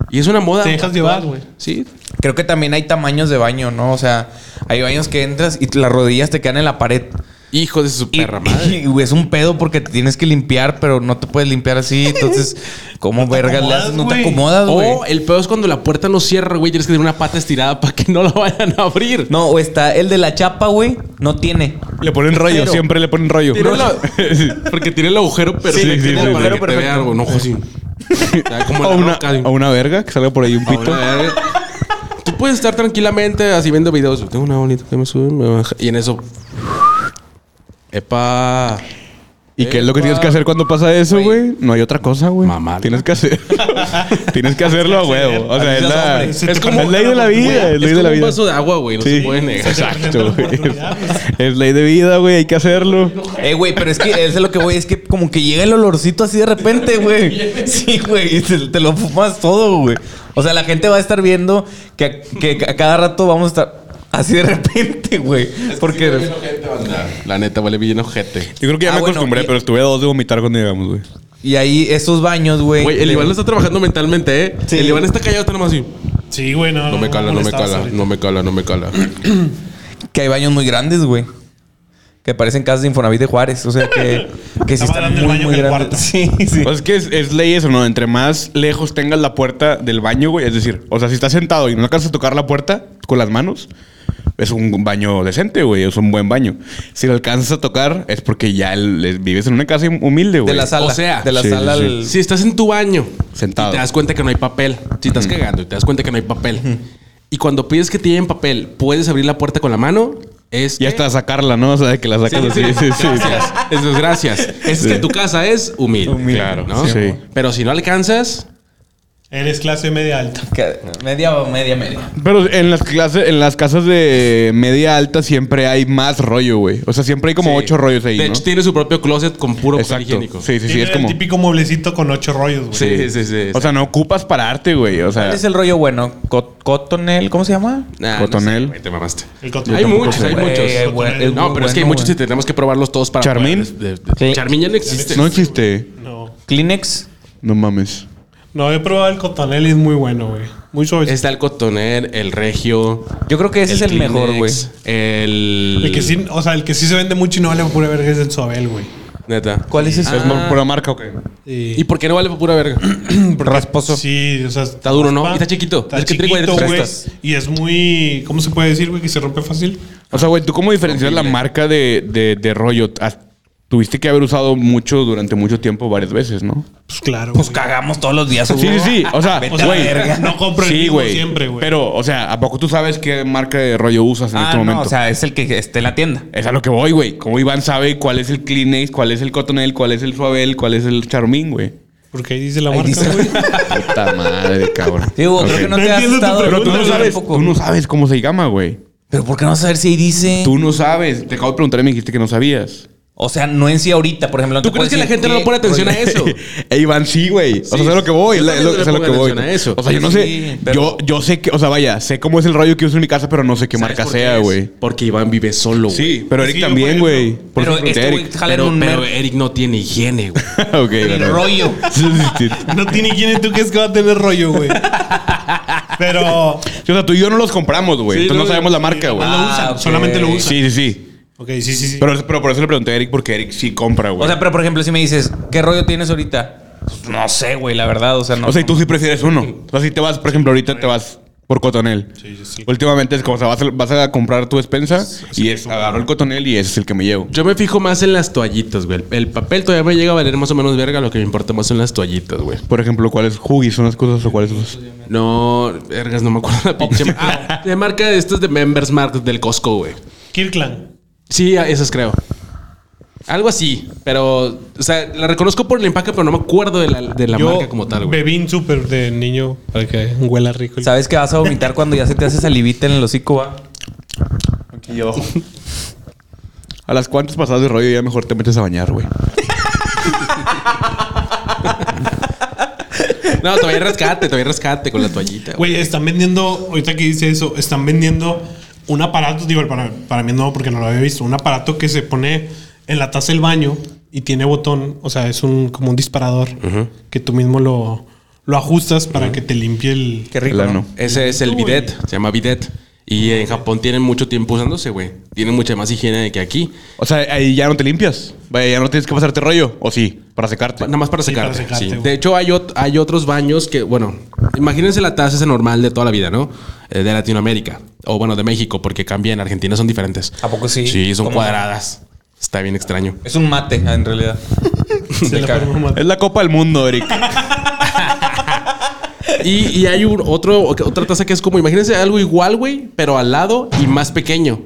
[SPEAKER 1] Y es una moda.
[SPEAKER 4] Te dejas llevar, güey.
[SPEAKER 1] Sí.
[SPEAKER 3] Creo que también hay tamaños de baño, ¿no? O sea, hay baños que entras y las rodillas te quedan en la pared.
[SPEAKER 1] Hijo de su
[SPEAKER 3] Y,
[SPEAKER 1] perra madre.
[SPEAKER 3] y, güey, es un pedo porque te tienes que limpiar, pero no te puedes limpiar así. Entonces, ¿cómo vergas le haces?
[SPEAKER 4] acomodas,
[SPEAKER 3] No te
[SPEAKER 4] güey.
[SPEAKER 3] acomodas, güey. eh,
[SPEAKER 1] O el peor es cuando la puerta no cierra, güey. Tienes que tener una pata estirada para que no la vayan a abrir.
[SPEAKER 3] No, o está el de la chapa, güey. No tiene.
[SPEAKER 2] Le ponen rollo,
[SPEAKER 1] Pero-
[SPEAKER 2] siempre le ponen rollo.
[SPEAKER 1] Tiene la- porque tiene el agujero perfecto. tiene
[SPEAKER 2] sí, sí,
[SPEAKER 1] para
[SPEAKER 2] agujero
[SPEAKER 1] que te vea algo. No, ojo así. O sea, como
[SPEAKER 2] O
[SPEAKER 1] la
[SPEAKER 2] una,
[SPEAKER 1] roca, así.
[SPEAKER 2] o una verga, que salga por ahí un
[SPEAKER 1] A una
[SPEAKER 2] pito.
[SPEAKER 1] verga. Tú puedes estar tranquilamente así viendo videos. Tengo una bonita que me sube, me baja. Y en eso. Epa.
[SPEAKER 2] ¿Y qué es lo que tienes que hacer cuando pasa eso, güey? No hay otra cosa, güey.
[SPEAKER 1] Mamarla.
[SPEAKER 2] Tienes que hacer. tienes que hacerlo a huevo. O sea, es la,
[SPEAKER 4] Se te
[SPEAKER 2] es
[SPEAKER 4] prende
[SPEAKER 2] como- es ley de la vida. Es
[SPEAKER 1] es
[SPEAKER 2] ley de
[SPEAKER 1] como
[SPEAKER 2] la
[SPEAKER 1] un
[SPEAKER 2] vida.
[SPEAKER 1] vaso de agua, güey. No
[SPEAKER 2] Sí.
[SPEAKER 1] se puede negar.
[SPEAKER 2] Exacto,
[SPEAKER 4] Se te
[SPEAKER 2] güey.
[SPEAKER 4] prende la oportunidad,
[SPEAKER 2] Es ley de vida, güey. Hay que hacerlo.
[SPEAKER 3] Eh, güey, pero es que eso es lo que voy, es que como que llega el olorcito así de repente, güey. Sí, güey, y te, te lo fumas todo, güey. O sea, la gente va a estar viendo que, a- que a cada rato vamos a estar así de repente, güey. Porque
[SPEAKER 1] La neta, vale bien ojete.
[SPEAKER 2] Yo creo que ya
[SPEAKER 3] Ah,
[SPEAKER 2] me
[SPEAKER 3] bueno,
[SPEAKER 2] acostumbré,
[SPEAKER 3] y-
[SPEAKER 2] pero estuve a dos de vomitar cuando llegamos, güey.
[SPEAKER 3] y ahí esos baños, güey.
[SPEAKER 1] Güey, el
[SPEAKER 3] de-
[SPEAKER 1] Iván está trabajando mentalmente, ¿eh?
[SPEAKER 3] Sí.
[SPEAKER 1] El Iván está callado, está nomás así.
[SPEAKER 4] Sí, güey, no.
[SPEAKER 1] No me cala, no me
[SPEAKER 4] molestabas
[SPEAKER 1] cala,
[SPEAKER 4] ahorita.
[SPEAKER 1] no me cala, no me cala.
[SPEAKER 3] que hay baños muy grandes, güey. Que parecen casas de Infonavit de Juárez, o sea que que sí
[SPEAKER 4] Está más
[SPEAKER 3] están
[SPEAKER 4] grande el
[SPEAKER 3] muy
[SPEAKER 4] baño
[SPEAKER 3] muy
[SPEAKER 4] que el
[SPEAKER 3] grandes. Sí, sí.
[SPEAKER 2] Pues es que es, es ley eso, ¿no? Entre más lejos tengas la puerta del baño, güey. Es decir, o sea, si estás sentado y no alcanzas a tocar la puerta con las manos, es un baño decente, güey. Es un buen baño. Si lo alcanzas a tocar, es porque ya el- vives en una casa humilde, güey.
[SPEAKER 3] De la sala,
[SPEAKER 1] O sea,
[SPEAKER 3] de la
[SPEAKER 2] sí,
[SPEAKER 3] sala
[SPEAKER 2] sí, sí.
[SPEAKER 3] al
[SPEAKER 1] Si estás en tu baño
[SPEAKER 2] Sentado.
[SPEAKER 1] y te das cuenta que no hay papel, si estás cagando y te das cuenta que no hay papel, y cuando pides que te lleven papel, puedes abrir la puerta con la mano, es
[SPEAKER 2] Y
[SPEAKER 1] que-
[SPEAKER 2] hasta sacarla, ¿no? O sea, que la sacas
[SPEAKER 1] Sí,
[SPEAKER 2] así.
[SPEAKER 1] sí,
[SPEAKER 2] Sí, sí, sí.
[SPEAKER 1] gracias. Eso es gracias. Es que tu casa es humilde.
[SPEAKER 3] Humilde.
[SPEAKER 1] Claro, ¿no?
[SPEAKER 2] Sí.
[SPEAKER 1] Sí. Pero si no alcanzas,
[SPEAKER 4] Eres clase media alta.
[SPEAKER 3] que- media media media.
[SPEAKER 2] Pero en las clases, en las casas de media alta siempre hay más rollo, güey. O sea, siempre hay como
[SPEAKER 1] sí.
[SPEAKER 2] ocho rollos ahí,
[SPEAKER 1] De
[SPEAKER 2] ¿no?
[SPEAKER 1] hecho, tiene su propio closet con puro papel
[SPEAKER 2] Exacto.
[SPEAKER 1] higiénico.
[SPEAKER 2] Sí, sí, sí.
[SPEAKER 4] Tiene
[SPEAKER 2] Es como.
[SPEAKER 4] El típico mueblecito con ocho rollos,
[SPEAKER 1] sí,
[SPEAKER 4] güey.
[SPEAKER 1] sí. sí.
[SPEAKER 2] O sea, no ocupas pararte, güey. O sea.
[SPEAKER 3] ¿Cuál es el rollo bueno? Co- Cotonel, ¿cómo se llama?
[SPEAKER 1] Nah,
[SPEAKER 2] Cotonel.
[SPEAKER 1] sé, güey, te mamaste.
[SPEAKER 4] El cotón.
[SPEAKER 1] Hay muchos,
[SPEAKER 2] sé,
[SPEAKER 1] hay
[SPEAKER 2] güey.
[SPEAKER 1] muchos.
[SPEAKER 3] Eh, güey,
[SPEAKER 4] Cotonel.
[SPEAKER 3] es
[SPEAKER 1] No,
[SPEAKER 3] muy
[SPEAKER 1] pero es que hay
[SPEAKER 3] bueno,
[SPEAKER 1] muchos y
[SPEAKER 3] güey.
[SPEAKER 1] tenemos que probarlos todos para.
[SPEAKER 2] ¿Charmín?
[SPEAKER 1] poder- de- de-
[SPEAKER 3] Sí.
[SPEAKER 1] Charmín ya no existe.
[SPEAKER 2] No existe.
[SPEAKER 4] No.
[SPEAKER 3] Kleenex.
[SPEAKER 2] No mames.
[SPEAKER 4] No, he probado el cotonel y es muy bueno, güey. Muy suave.
[SPEAKER 1] Está el cotonel, el regio.
[SPEAKER 3] Yo creo que ese es el
[SPEAKER 1] Kleenex,
[SPEAKER 3] mejor, güey.
[SPEAKER 1] El.
[SPEAKER 4] El que sí, o sea, el que sí se vende mucho y no vale pura verga es el suabel, güey.
[SPEAKER 1] Neta.
[SPEAKER 3] ¿Cuál es ese?
[SPEAKER 2] ¿Es por pura marca o qué?
[SPEAKER 1] ¿Y
[SPEAKER 4] Y
[SPEAKER 1] por qué no vale para pura verga?
[SPEAKER 3] Rasposo.
[SPEAKER 4] sí, o sea, está
[SPEAKER 1] duro, ¿no? Y está chiquito.
[SPEAKER 4] Está
[SPEAKER 1] Es que tiene
[SPEAKER 4] chiquito,
[SPEAKER 1] cuadritos.
[SPEAKER 4] güey.
[SPEAKER 1] Prestas.
[SPEAKER 4] Y es muy, ¿cómo se puede decir, güey? Que se rompe fácil.
[SPEAKER 2] O sea, güey, ¿tú cómo diferencias la marca de, de, de rollo? Ah, Tuviste que haber usado mucho durante mucho tiempo varias veces, ¿no?
[SPEAKER 4] Pues claro.
[SPEAKER 3] Pues
[SPEAKER 4] güey.
[SPEAKER 3] cagamos todos los días.
[SPEAKER 2] Sí, sí, sí. O sea,
[SPEAKER 3] Vete
[SPEAKER 4] O sea,
[SPEAKER 2] güey.
[SPEAKER 3] verga.
[SPEAKER 4] no compro el
[SPEAKER 2] Sí,
[SPEAKER 4] mismo
[SPEAKER 2] güey.
[SPEAKER 4] siempre, güey.
[SPEAKER 2] Pero, o sea, ¿a poco tú sabes qué marca de rollo usas en
[SPEAKER 3] Ah,
[SPEAKER 2] este
[SPEAKER 3] no,
[SPEAKER 2] momento?
[SPEAKER 3] o sea, es el que esté en la tienda.
[SPEAKER 2] Es a lo que voy, güey. Como Iván sabe cuál es el Kleenex, cuál es el Cotonel, cuál es el Suabel, cuál es el Charmín, güey.
[SPEAKER 4] Porque ahí dice la
[SPEAKER 3] Ahí
[SPEAKER 4] marca,
[SPEAKER 3] dice la-
[SPEAKER 4] güey.
[SPEAKER 2] Puta madre, cabrón.
[SPEAKER 3] Digo,
[SPEAKER 2] Ok.
[SPEAKER 3] creo que no,
[SPEAKER 4] No
[SPEAKER 3] te has
[SPEAKER 4] entiendo tu
[SPEAKER 3] estado...
[SPEAKER 2] Pero tú no
[SPEAKER 4] Pregúntale
[SPEAKER 2] sabes,
[SPEAKER 3] tampoco.
[SPEAKER 2] tú no sabes cómo se llama, güey.
[SPEAKER 3] Pero ¿por qué no vas a saber si ahí dice?
[SPEAKER 2] Tú no sabes. Te acabo de preguntar y me dijiste que no sabías.
[SPEAKER 3] O sea, no en sí ahorita, por ejemplo. no
[SPEAKER 1] ¿Tú
[SPEAKER 3] te
[SPEAKER 1] crees
[SPEAKER 3] puedes
[SPEAKER 1] que la
[SPEAKER 3] decir,
[SPEAKER 1] gente no
[SPEAKER 3] "Eh,
[SPEAKER 1] pone atención a
[SPEAKER 3] oye,
[SPEAKER 1] eso?
[SPEAKER 2] E Iván sí, güey. O sea,
[SPEAKER 1] Sí.
[SPEAKER 2] sé lo que voy.
[SPEAKER 1] Yo
[SPEAKER 2] la-
[SPEAKER 1] también
[SPEAKER 2] lo-
[SPEAKER 1] no le
[SPEAKER 2] sé lo
[SPEAKER 1] pongo
[SPEAKER 2] que voy.
[SPEAKER 1] atención a eso.
[SPEAKER 2] O sea, yo no
[SPEAKER 3] Sí,
[SPEAKER 2] sé.
[SPEAKER 3] pero-
[SPEAKER 2] Yo, yo sé que, o sea, vaya, sé cómo es el rollo que uso en mi casa, pero no sé qué
[SPEAKER 1] ¿Sabes
[SPEAKER 2] marca
[SPEAKER 1] por qué
[SPEAKER 2] sea,
[SPEAKER 1] es?
[SPEAKER 2] güey.
[SPEAKER 1] Porque Iván vive solo, güey.
[SPEAKER 2] Sí, pero Eric
[SPEAKER 4] Sí, yo,
[SPEAKER 2] también,
[SPEAKER 4] por
[SPEAKER 2] güey.
[SPEAKER 4] ejemplo.
[SPEAKER 2] Por
[SPEAKER 3] Pero
[SPEAKER 2] ejemplo,
[SPEAKER 3] este güey
[SPEAKER 2] Eric.
[SPEAKER 3] jala en
[SPEAKER 1] Pero,
[SPEAKER 3] un
[SPEAKER 1] pero
[SPEAKER 3] mer-
[SPEAKER 1] Eric no tiene higiene, güey.
[SPEAKER 2] Ok,
[SPEAKER 3] el
[SPEAKER 2] bueno.
[SPEAKER 3] rollo.
[SPEAKER 2] Sí, sí, sí.
[SPEAKER 4] No tiene quién y tú que es que va a tener rollo, güey. Pero.
[SPEAKER 2] Sí, O sea, tú y yo no los compramos, güey.
[SPEAKER 1] Sí,
[SPEAKER 2] Entonces no,
[SPEAKER 1] no,
[SPEAKER 2] sabemos la marca,
[SPEAKER 4] Nomás
[SPEAKER 2] güey.
[SPEAKER 4] lo
[SPEAKER 3] Ah,
[SPEAKER 4] usan,
[SPEAKER 3] ok.
[SPEAKER 4] solamente lo usan.
[SPEAKER 2] Sí, sí, sí.
[SPEAKER 4] Ok, sí, sí, sí.
[SPEAKER 2] Pero, pero por eso le pregunté a Eric, porque Eric sí compra, güey.
[SPEAKER 3] O sea, pero por ejemplo, si me dices, ¿qué rollo tienes ahorita? Pues, No sé, güey, la verdad. O sea, no.
[SPEAKER 2] O sea, y tú sí prefieres uno. O sea, si te vas, por ejemplo, ahorita te vas por cotonel.
[SPEAKER 4] Sí, sí, sí.
[SPEAKER 2] Últimamente es como, o sea, vas a, vas a comprar tu despensa y es, agarro el cotonel y ese es el que me llevo.
[SPEAKER 1] Yo me fijo más en las toallitas, güey. El papel todavía me llega a valer más o menos verga. Lo que me importa más son las toallitas, güey.
[SPEAKER 2] Por ejemplo, ¿cuáles jugis son las cosas o cuáles los...?
[SPEAKER 1] No, vergas, no me acuerdo la pinche. Ah, de marca de estas de Members Mark del Costco, güey.
[SPEAKER 4] Kirkland.
[SPEAKER 1] Sí, a- esas creo. Algo así, pero, o sea, la reconozco por el empaque, pero no me acuerdo de la, de la
[SPEAKER 4] Yo
[SPEAKER 1] marca como tal, güey.
[SPEAKER 4] Bebín súper de niño para que huela rico. el-
[SPEAKER 3] Sabes que vas a vomitar cuando ya se te hace salivita en el hocico, va.
[SPEAKER 2] A las cuantas pasadas de rollo ya mejor te metes a bañar, güey.
[SPEAKER 1] No, todavía rescate, todavía rescate con la toallita. güey.
[SPEAKER 4] Güey, están vendiendo, ahorita que dice eso, están vendiendo un aparato, digo, para, para mí no, porque no lo había visto, un aparato que se pone en la taza del baño y tiene botón, o sea, es un como un disparador que tú mismo lo, lo ajustas para que te limpie el...
[SPEAKER 3] Qué rico.
[SPEAKER 2] El ano.
[SPEAKER 3] ¿no?
[SPEAKER 1] Ese es el bidet, se llama bidet. Y en Japón tienen mucho tiempo usándose, güey. Tienen mucha más higiene que aquí.
[SPEAKER 2] O sea, ahí ya no te limpias. Vaya, ya no tienes que pasarte rollo. ¿O sí? Para secarte.
[SPEAKER 1] Nada más para
[SPEAKER 4] Sí,
[SPEAKER 1] secarte.
[SPEAKER 4] para secarte,
[SPEAKER 1] sí.
[SPEAKER 4] güey.
[SPEAKER 1] De hecho, hay, ot- hay otros baños que, bueno, imagínense la taza esa normal de toda la vida, ¿no? Eh, de Latinoamérica. O bueno, de México, porque cambia en Argentina, son diferentes.
[SPEAKER 3] ¿A poco sí?
[SPEAKER 1] Sí, son
[SPEAKER 3] ¿Cómo?
[SPEAKER 1] cuadradas. Está bien extraño.
[SPEAKER 3] Es un mate, ah, en realidad.
[SPEAKER 4] se la
[SPEAKER 3] caga.
[SPEAKER 4] forma más-
[SPEAKER 2] Es la copa del mundo, Eric.
[SPEAKER 1] Y, y hay un, otro, otra taza que es como, imagínense algo igual, güey, pero al lado y más pequeño.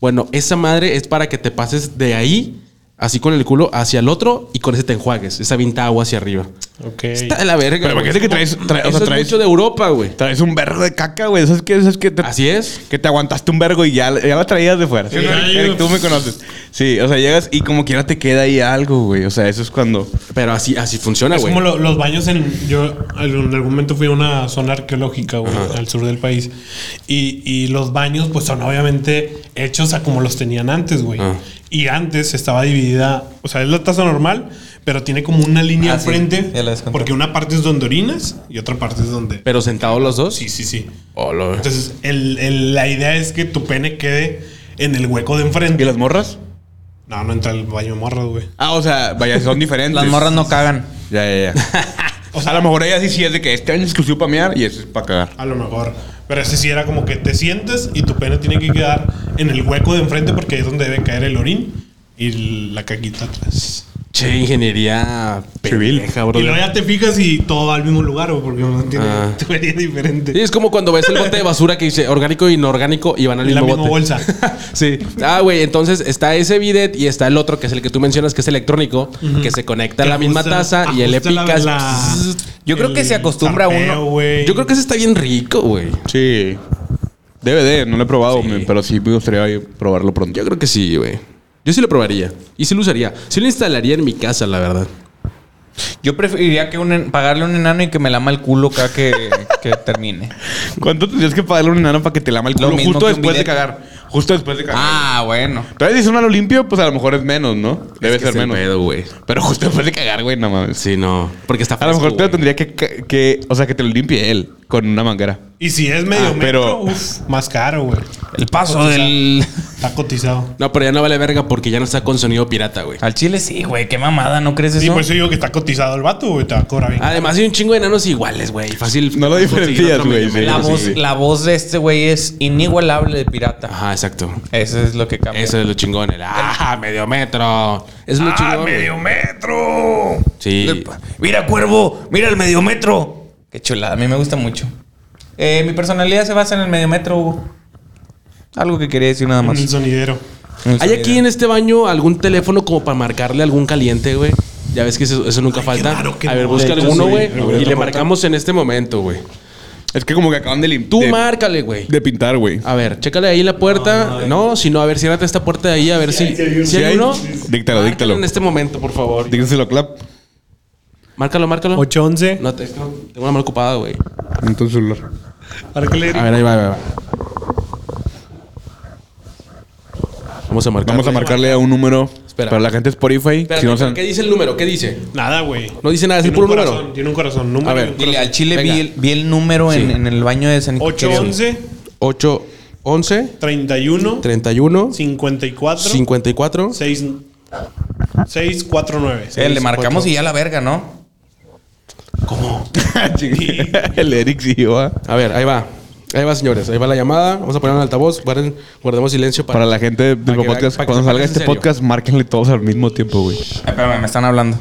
[SPEAKER 1] Bueno, esa madre es para que te pases de ahí, así con el culo, hacia el otro y con ese te enjuagues. Esa vinta agua hacia arriba.
[SPEAKER 4] Ok.
[SPEAKER 1] Está de la verga.
[SPEAKER 2] Pero
[SPEAKER 1] güey.
[SPEAKER 2] imagínate que traes- traes- o
[SPEAKER 1] Eso
[SPEAKER 2] sea, traes-
[SPEAKER 1] es mucho de Europa, güey.
[SPEAKER 2] Traes un vergo de caca, güey. Esas que, esas que te...
[SPEAKER 1] Así es.
[SPEAKER 2] Que te aguantaste un vergo y ya, ya la traías de fuera. ¿sí o no,
[SPEAKER 4] Sí,
[SPEAKER 2] Eric?
[SPEAKER 4] ya
[SPEAKER 2] Eric,
[SPEAKER 4] yo-
[SPEAKER 2] tú me conoces. Sí, o sea, llegas y como quiera te queda ahí algo, güey. O sea, eso es cuando.
[SPEAKER 1] Pero así, así funciona,
[SPEAKER 4] Es
[SPEAKER 1] güey.
[SPEAKER 4] como lo- los baños en. Yo en algún momento fui a una zona arqueológica, güey, al sur del país. Y, y los baños, pues son obviamente hechos a como los tenían antes, güey.
[SPEAKER 1] Ah.
[SPEAKER 4] Y antes estaba dividida. O sea, es la taza normal, pero tiene como una línea
[SPEAKER 3] Ah,
[SPEAKER 4] al
[SPEAKER 3] sí,
[SPEAKER 4] frente.
[SPEAKER 3] ya la desconté.
[SPEAKER 4] porque una parte es donde orinas y otra parte es donde.
[SPEAKER 1] Pero sentados los dos.
[SPEAKER 4] Sí, sí, sí.
[SPEAKER 1] Oh, lo-
[SPEAKER 4] Entonces, el- el- la idea es que tu pene quede en el hueco de enfrente.
[SPEAKER 2] ¿Y las morras?
[SPEAKER 4] No, no entra el baño morro, güey.
[SPEAKER 2] Ah, o sea, vaya, son diferentes.
[SPEAKER 3] Las morras no cagan.
[SPEAKER 2] Ya, ya, ya. o sea, a lo mejor ella sí, sí es de que este año es exclusivo para mear y eso es para cagar.
[SPEAKER 4] A lo mejor. Pero ese sí era como que te sientes y tu pene tiene que quedar en el hueco de enfrente porque es donde debe caer el orín y la caquita atrás.
[SPEAKER 1] Che, ingeniería
[SPEAKER 2] Civil.
[SPEAKER 1] pendeja,
[SPEAKER 4] Y
[SPEAKER 1] brother.
[SPEAKER 4] luego ya te fijas y todo va al mismo lugar, güey, porque uno tiene
[SPEAKER 1] Ah.
[SPEAKER 4] teoría diferente.
[SPEAKER 1] Sí, es como cuando ves el bote de basura que dice orgánico e inorgánico y van al
[SPEAKER 4] En la
[SPEAKER 1] mismo
[SPEAKER 4] misma
[SPEAKER 1] bote.
[SPEAKER 4] bolsa.
[SPEAKER 1] sí. Ah, güey, entonces está ese bidet y está el otro que es el que tú mencionas que es electrónico, que se conecta a la
[SPEAKER 4] Que
[SPEAKER 1] misma
[SPEAKER 4] ajusta-
[SPEAKER 1] taza y él le
[SPEAKER 4] ajusta la-
[SPEAKER 1] picas.
[SPEAKER 4] la-
[SPEAKER 3] Yo creo
[SPEAKER 4] el
[SPEAKER 3] que se acostumbra
[SPEAKER 4] zarpeo,
[SPEAKER 3] uno-
[SPEAKER 4] güey.
[SPEAKER 1] Yo creo que ese está bien rico, güey.
[SPEAKER 2] Sí. DVD, no lo he probado,
[SPEAKER 1] Sí.
[SPEAKER 2] me- pero sí me gustaría ahí probarlo pronto.
[SPEAKER 1] Yo creo que sí, güey. Yo sí lo probaría. Y sí lo usaría. Sí lo instalaría en mi casa, la verdad.
[SPEAKER 3] Yo preferiría que un en- pagarle a un enano y que me lama el culo cada que, que termine.
[SPEAKER 2] ¿Cuánto tendrías que pagarle a un enano para que te lama el
[SPEAKER 3] Lo
[SPEAKER 2] culo
[SPEAKER 3] mismo
[SPEAKER 2] justo
[SPEAKER 3] que un
[SPEAKER 2] después de
[SPEAKER 3] bidet.
[SPEAKER 2] cagar? Justo después de cagar.
[SPEAKER 3] Ah, bueno.
[SPEAKER 2] Entonces, si es un ano limpio, pues a lo mejor es menos, ¿no? Debe
[SPEAKER 1] Es que
[SPEAKER 2] ser
[SPEAKER 1] es el
[SPEAKER 2] menos.
[SPEAKER 1] pedo, güey.
[SPEAKER 2] Pero justo después de cagar, güey, no mames.
[SPEAKER 1] Sí, no. Porque está
[SPEAKER 2] A lo
[SPEAKER 1] fresco,
[SPEAKER 2] mejor te lo
[SPEAKER 1] güey.
[SPEAKER 2] tendría que, ca- que. O sea, que te lo limpie él con una manguera.
[SPEAKER 4] Y si es medio
[SPEAKER 2] Ah, pero-
[SPEAKER 4] metro, uf, más caro, güey.
[SPEAKER 3] El paso del.
[SPEAKER 4] Está cotizado.
[SPEAKER 1] No, pero ya no vale verga porque ya no está con sonido pirata,
[SPEAKER 2] Ah.
[SPEAKER 1] güey.
[SPEAKER 3] Al chile sí, güey. Qué mamada, ¿no crees eso?
[SPEAKER 4] Y por
[SPEAKER 1] pues
[SPEAKER 4] eso digo que está cotizado el vato, güey. Te va a cobrar bien.
[SPEAKER 1] Además hay un chingo de enanos iguales, güey. Fácil.
[SPEAKER 2] No lo
[SPEAKER 1] conseguir
[SPEAKER 2] diferencias,
[SPEAKER 1] otro
[SPEAKER 2] güey,
[SPEAKER 1] medio
[SPEAKER 2] sí.
[SPEAKER 1] medio,
[SPEAKER 3] la,
[SPEAKER 1] sí,
[SPEAKER 3] voz,
[SPEAKER 1] güey.
[SPEAKER 3] la voz de este güey es inigualable de pirata.
[SPEAKER 1] Ajá, exacto.
[SPEAKER 3] Eso es lo que cambia. Ah,
[SPEAKER 1] Eso es lo chingón. El, ¡Ah, medio metro! Ah, Es muy chingón. güey.
[SPEAKER 3] metro!
[SPEAKER 1] Sí.
[SPEAKER 3] Mira, cuervo, mira el medio metro. Qué chulada, a mí me gusta mucho. Eh, mi personalidad se basa en el medio metro, Hugo. Algo que quería decir nada
[SPEAKER 4] En
[SPEAKER 3] más.
[SPEAKER 4] el sonidero.
[SPEAKER 1] ¿Hay aquí en este baño algún teléfono como para marcarle algún caliente, güey? Ya ves que eso, eso nunca
[SPEAKER 4] Ay, qué
[SPEAKER 1] falta.
[SPEAKER 4] raro que
[SPEAKER 1] A ver,
[SPEAKER 4] no.
[SPEAKER 1] busca
[SPEAKER 4] De hecho,
[SPEAKER 1] alguno,
[SPEAKER 4] sí.
[SPEAKER 1] güey.
[SPEAKER 4] Ahorita
[SPEAKER 1] Y le
[SPEAKER 4] apunta.
[SPEAKER 1] marcamos en este momento, güey.
[SPEAKER 2] Es que como que acaban de limpiar.
[SPEAKER 1] Tú
[SPEAKER 2] de,
[SPEAKER 1] márcale, güey.
[SPEAKER 2] de pintar, güey.
[SPEAKER 1] A ver, chécale ahí la puerta. No, si no, a ver, ciérrate esta puerta de ahí, a ver si, si,
[SPEAKER 2] ¿Sí
[SPEAKER 1] hay
[SPEAKER 2] hay?
[SPEAKER 1] uno.
[SPEAKER 2] Díctalo,
[SPEAKER 1] Márcalo
[SPEAKER 2] díctalo.
[SPEAKER 1] En este momento, por favor.
[SPEAKER 2] Dígaselo, clap.
[SPEAKER 1] Márcalo, márcalo.
[SPEAKER 4] 811.
[SPEAKER 1] No, te- es que no- tengo una mano ocupada, güey.
[SPEAKER 2] Entonces, celular.
[SPEAKER 4] Márcale.
[SPEAKER 1] A ver, ahí va, ahí va. ahí va. Vamos a marcar.
[SPEAKER 2] Vamos a marcarle a un número
[SPEAKER 1] Espera.
[SPEAKER 2] para la gente de Spotify. Si no
[SPEAKER 1] ¿Qué
[SPEAKER 2] saben-
[SPEAKER 1] dice el número? ¿Qué dice?
[SPEAKER 4] Nada, güey.
[SPEAKER 1] No dice nada, es el
[SPEAKER 4] Tiene un
[SPEAKER 1] puro
[SPEAKER 4] corazón,
[SPEAKER 1] número.
[SPEAKER 4] Tiene un corazón. Número
[SPEAKER 1] A ver,
[SPEAKER 4] y un
[SPEAKER 3] Dile,
[SPEAKER 4] corazón.
[SPEAKER 3] al chile vi
[SPEAKER 1] Venga.
[SPEAKER 3] el, vi el número en, en el baño de San
[SPEAKER 4] 811
[SPEAKER 1] 8, 11,
[SPEAKER 4] 31
[SPEAKER 1] 31,
[SPEAKER 4] 54
[SPEAKER 1] 54.
[SPEAKER 4] 6 649.
[SPEAKER 3] Eh, le marcamos y ya la verga, ¿no?
[SPEAKER 2] el Eric sí va.
[SPEAKER 1] A ver, ahí va. Ahí va, señores. Ahí va la llamada. Vamos a poner en altavoz. Guarden- guardemos silencio para...
[SPEAKER 2] Para la gente del
[SPEAKER 1] Para que
[SPEAKER 2] podcast,
[SPEAKER 1] vea- para que
[SPEAKER 2] cuando
[SPEAKER 1] se
[SPEAKER 2] salga
[SPEAKER 1] ponga
[SPEAKER 2] este
[SPEAKER 1] en serio.
[SPEAKER 2] podcast, márquenle todos al mismo tiempo, güey.
[SPEAKER 3] Eh, Espérame, me están hablando.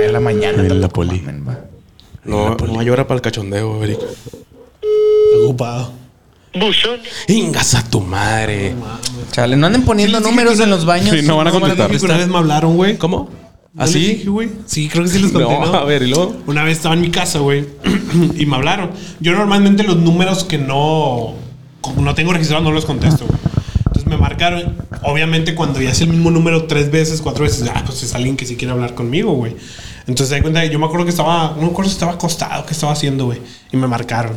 [SPEAKER 3] De la mañana.
[SPEAKER 2] En la
[SPEAKER 3] tampoco,
[SPEAKER 2] poli.
[SPEAKER 3] mamen, va.
[SPEAKER 1] No, no hay hora para el cachondeo, Eric.
[SPEAKER 4] Ocupado.
[SPEAKER 5] Buzón.
[SPEAKER 1] Ingas a tu madre.
[SPEAKER 3] Chale, no anden poniendo
[SPEAKER 4] Sí, sí,
[SPEAKER 3] números
[SPEAKER 4] que-
[SPEAKER 3] en los baños.
[SPEAKER 2] Sí, no van a contestar.
[SPEAKER 4] Creo que una vez me hablaron, güey.
[SPEAKER 1] ¿Cómo?
[SPEAKER 4] ¿No les
[SPEAKER 1] ¿Así?
[SPEAKER 4] dije, güey? Sí, creo que sí les conté,
[SPEAKER 1] ¿Ah, No,
[SPEAKER 4] ¿no?
[SPEAKER 1] a ver, ¿y luego?
[SPEAKER 4] Una vez estaba en mi casa, güey, y me hablaron. Yo normalmente los números que no, como no tengo registrados no los contesto, güey. Entonces me marcaron. Obviamente cuando ya es el mismo número tres veces, cuatro veces, ah, pues es alguien que sí quiere hablar conmigo, güey. Entonces se da cuenta, que yo me acuerdo que estaba, no me acuerdo si estaba acostado, qué estaba haciendo, güey. Y me marcaron.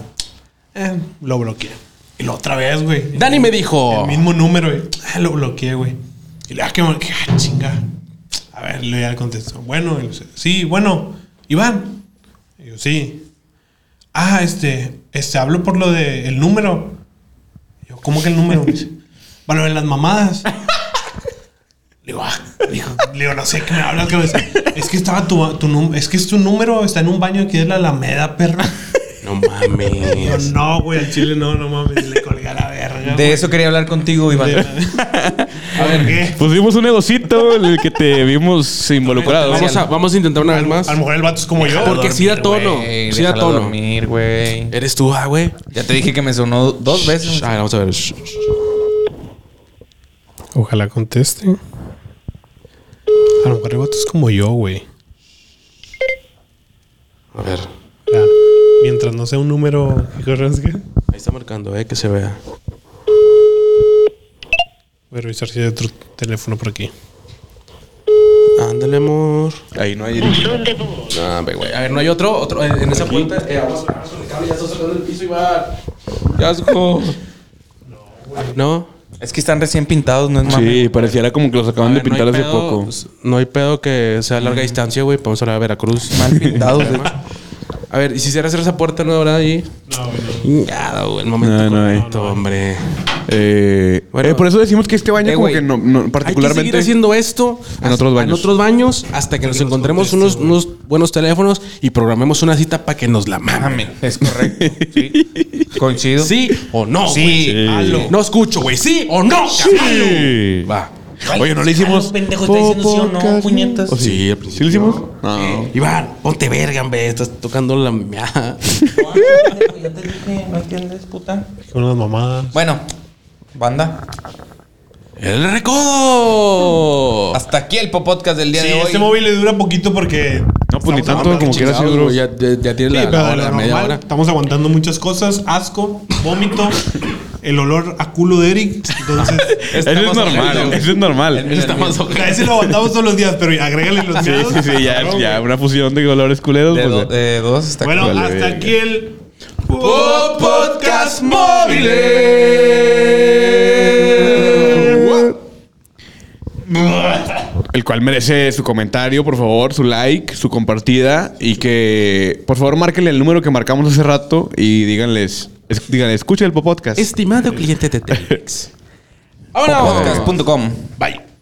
[SPEAKER 4] Eh, lo bloqueé. Y la otra vez, güey.
[SPEAKER 1] Dani me dijo...
[SPEAKER 4] El mismo número, güey. Ah, lo bloqueé, güey. Y le ah, que que- ah, chinga. A ver, le ya le contesto. Bueno, y le dice, sí, bueno, Iván. Y yo, sí. Ah, este, este, hablo por lo del el número. Y yo, ¿cómo que el número? Me dice, Para lo de las mamadas. Le digo, ah, le digo, le digo, no sé qué me hablas, que Es que estaba tu, tu num- es que es tu número, está en un baño aquí de la Alameda, perro.
[SPEAKER 1] No
[SPEAKER 4] Y yo,
[SPEAKER 1] mames.
[SPEAKER 4] no, güey, al chile no, no mames, le colgué a la verga.
[SPEAKER 3] De eso quería hablar contigo, Iván.
[SPEAKER 4] A ver, ¿qué?
[SPEAKER 2] Pusimos Pues un negocito en el que te vimos involucrado.
[SPEAKER 1] Vamos a, vamos a intentar una vez más.
[SPEAKER 4] A lo mejor el vato es como yo.
[SPEAKER 1] Porque sí da tono.
[SPEAKER 3] Ey,
[SPEAKER 1] Sí da
[SPEAKER 3] déjalo
[SPEAKER 1] tono.
[SPEAKER 3] eh, dormir, güey.
[SPEAKER 1] Eres tú, ah, güey.
[SPEAKER 3] Ya te dije que me sonó dos veces.
[SPEAKER 1] A ver, vamos a ver. Shh, shh, shh.
[SPEAKER 4] Ojalá conteste. A lo mejor el vato es como yo, güey.
[SPEAKER 1] A ver.
[SPEAKER 4] Ya. Mientras no sea un número. ¿qué corres que?
[SPEAKER 1] Ahí está marcando, eh, que se vea.
[SPEAKER 4] Voy a revisar si hay otro teléfono por aquí.
[SPEAKER 1] Ándale, amor.
[SPEAKER 2] Ahí no hay
[SPEAKER 5] Buzón de voz.
[SPEAKER 1] Ah, ve, güey. A ver, ¿no hay otro? otro en, en esa puerta. Eh, vamos a vamos a el cable. Ya está sacando el piso, Iván. ¡Qué asco! No.
[SPEAKER 3] Es que están recién pintados, no es mami.
[SPEAKER 2] Sí, pareciera como que los
[SPEAKER 1] A
[SPEAKER 2] acaban
[SPEAKER 1] ver,
[SPEAKER 2] de pintar
[SPEAKER 1] no hay
[SPEAKER 2] hace
[SPEAKER 1] pedo- pues,
[SPEAKER 2] poco.
[SPEAKER 1] No hay pedo que sea a larga distancia, güey. Vamos a hablar a Veracruz.
[SPEAKER 3] Mal pintados. de-
[SPEAKER 1] A ver, ¿y si cierras esa puerta no habrá ahí?
[SPEAKER 4] No, güey.
[SPEAKER 1] Ya, güey. El momento
[SPEAKER 2] No, no hay.
[SPEAKER 1] correcto, hombre.
[SPEAKER 2] Eh,
[SPEAKER 1] Bueno.
[SPEAKER 2] eh, por eso decimos que este baño
[SPEAKER 1] Eh,
[SPEAKER 2] como
[SPEAKER 1] güey,
[SPEAKER 2] que no, no-
[SPEAKER 1] Hay que
[SPEAKER 2] particularmente...
[SPEAKER 1] seguir haciendo esto
[SPEAKER 2] En
[SPEAKER 1] hasta-
[SPEAKER 2] otros baños.
[SPEAKER 1] en otros baños hasta que nos encontremos unos, unos buenos teléfonos y programemos una cita para que nos la mamen.
[SPEAKER 3] Mami, es correcto. Sí. Coincido.
[SPEAKER 1] ¿Sí o no?
[SPEAKER 3] Sí.
[SPEAKER 1] güey?
[SPEAKER 2] eh,
[SPEAKER 3] Sí.
[SPEAKER 1] Jalo. No escucho, güey. ¿Sí o no?
[SPEAKER 2] Sí.
[SPEAKER 1] Jalo. Va.
[SPEAKER 2] Oye, no le hicimos...
[SPEAKER 3] pendejo, está diciendo sí o no,
[SPEAKER 2] Podcast,
[SPEAKER 3] puñetas.
[SPEAKER 2] ¿O sí?
[SPEAKER 1] Sí, al principio.
[SPEAKER 2] ¿Sí lo hicimos? No.
[SPEAKER 1] Iván, ponte verga, hombre. Estás tocando la meada.
[SPEAKER 3] Ya te dije, ¿no entiendes, puta?
[SPEAKER 4] Con unas mamadas.
[SPEAKER 3] Bueno, banda.
[SPEAKER 1] ¡El recodo!
[SPEAKER 3] Hasta aquí el podcast del día
[SPEAKER 4] Sí,
[SPEAKER 3] de hoy.
[SPEAKER 4] este móvil le dura poquito porque.
[SPEAKER 2] No, pues ni
[SPEAKER 4] estamos
[SPEAKER 2] tanto
[SPEAKER 4] hablando
[SPEAKER 2] como
[SPEAKER 4] de
[SPEAKER 2] quiera
[SPEAKER 1] Chingados,
[SPEAKER 2] sido
[SPEAKER 1] güey, Ya, ya, ya tiene
[SPEAKER 4] Sí,
[SPEAKER 1] la,
[SPEAKER 4] pero
[SPEAKER 1] la
[SPEAKER 4] de
[SPEAKER 1] hora,
[SPEAKER 4] lo
[SPEAKER 1] media
[SPEAKER 4] normal,
[SPEAKER 1] hora.
[SPEAKER 4] Estamos aguantando muchas cosas: asco, vómito, el olor a culo de Eric. Entonces,
[SPEAKER 2] Eso es
[SPEAKER 1] Estamos
[SPEAKER 2] normal,
[SPEAKER 1] hablando, güey.
[SPEAKER 2] eso es normal.
[SPEAKER 1] Eso está más
[SPEAKER 4] a ese lo aguantamos todos los días, pero agrégale los
[SPEAKER 2] Sí,
[SPEAKER 4] miedos.
[SPEAKER 2] sí, sí, ya,
[SPEAKER 4] Cabrón,
[SPEAKER 2] ya
[SPEAKER 4] güey.
[SPEAKER 2] una fusión de colores culeros.
[SPEAKER 3] De,
[SPEAKER 2] pues,
[SPEAKER 3] do-
[SPEAKER 2] eh.
[SPEAKER 3] de dos está
[SPEAKER 4] Bueno,
[SPEAKER 2] Vale,
[SPEAKER 4] hasta
[SPEAKER 2] verga.
[SPEAKER 4] aquí el.
[SPEAKER 1] Po- Podcast Móviles.
[SPEAKER 2] El cual merece su comentario, por favor, su like, su compartida y que, por favor, márquenle el número que marcamos hace rato y díganles, es- díganle, escucha el podcast.
[SPEAKER 1] Estimado cliente de Telex.
[SPEAKER 3] Podcast.com.
[SPEAKER 1] Bye.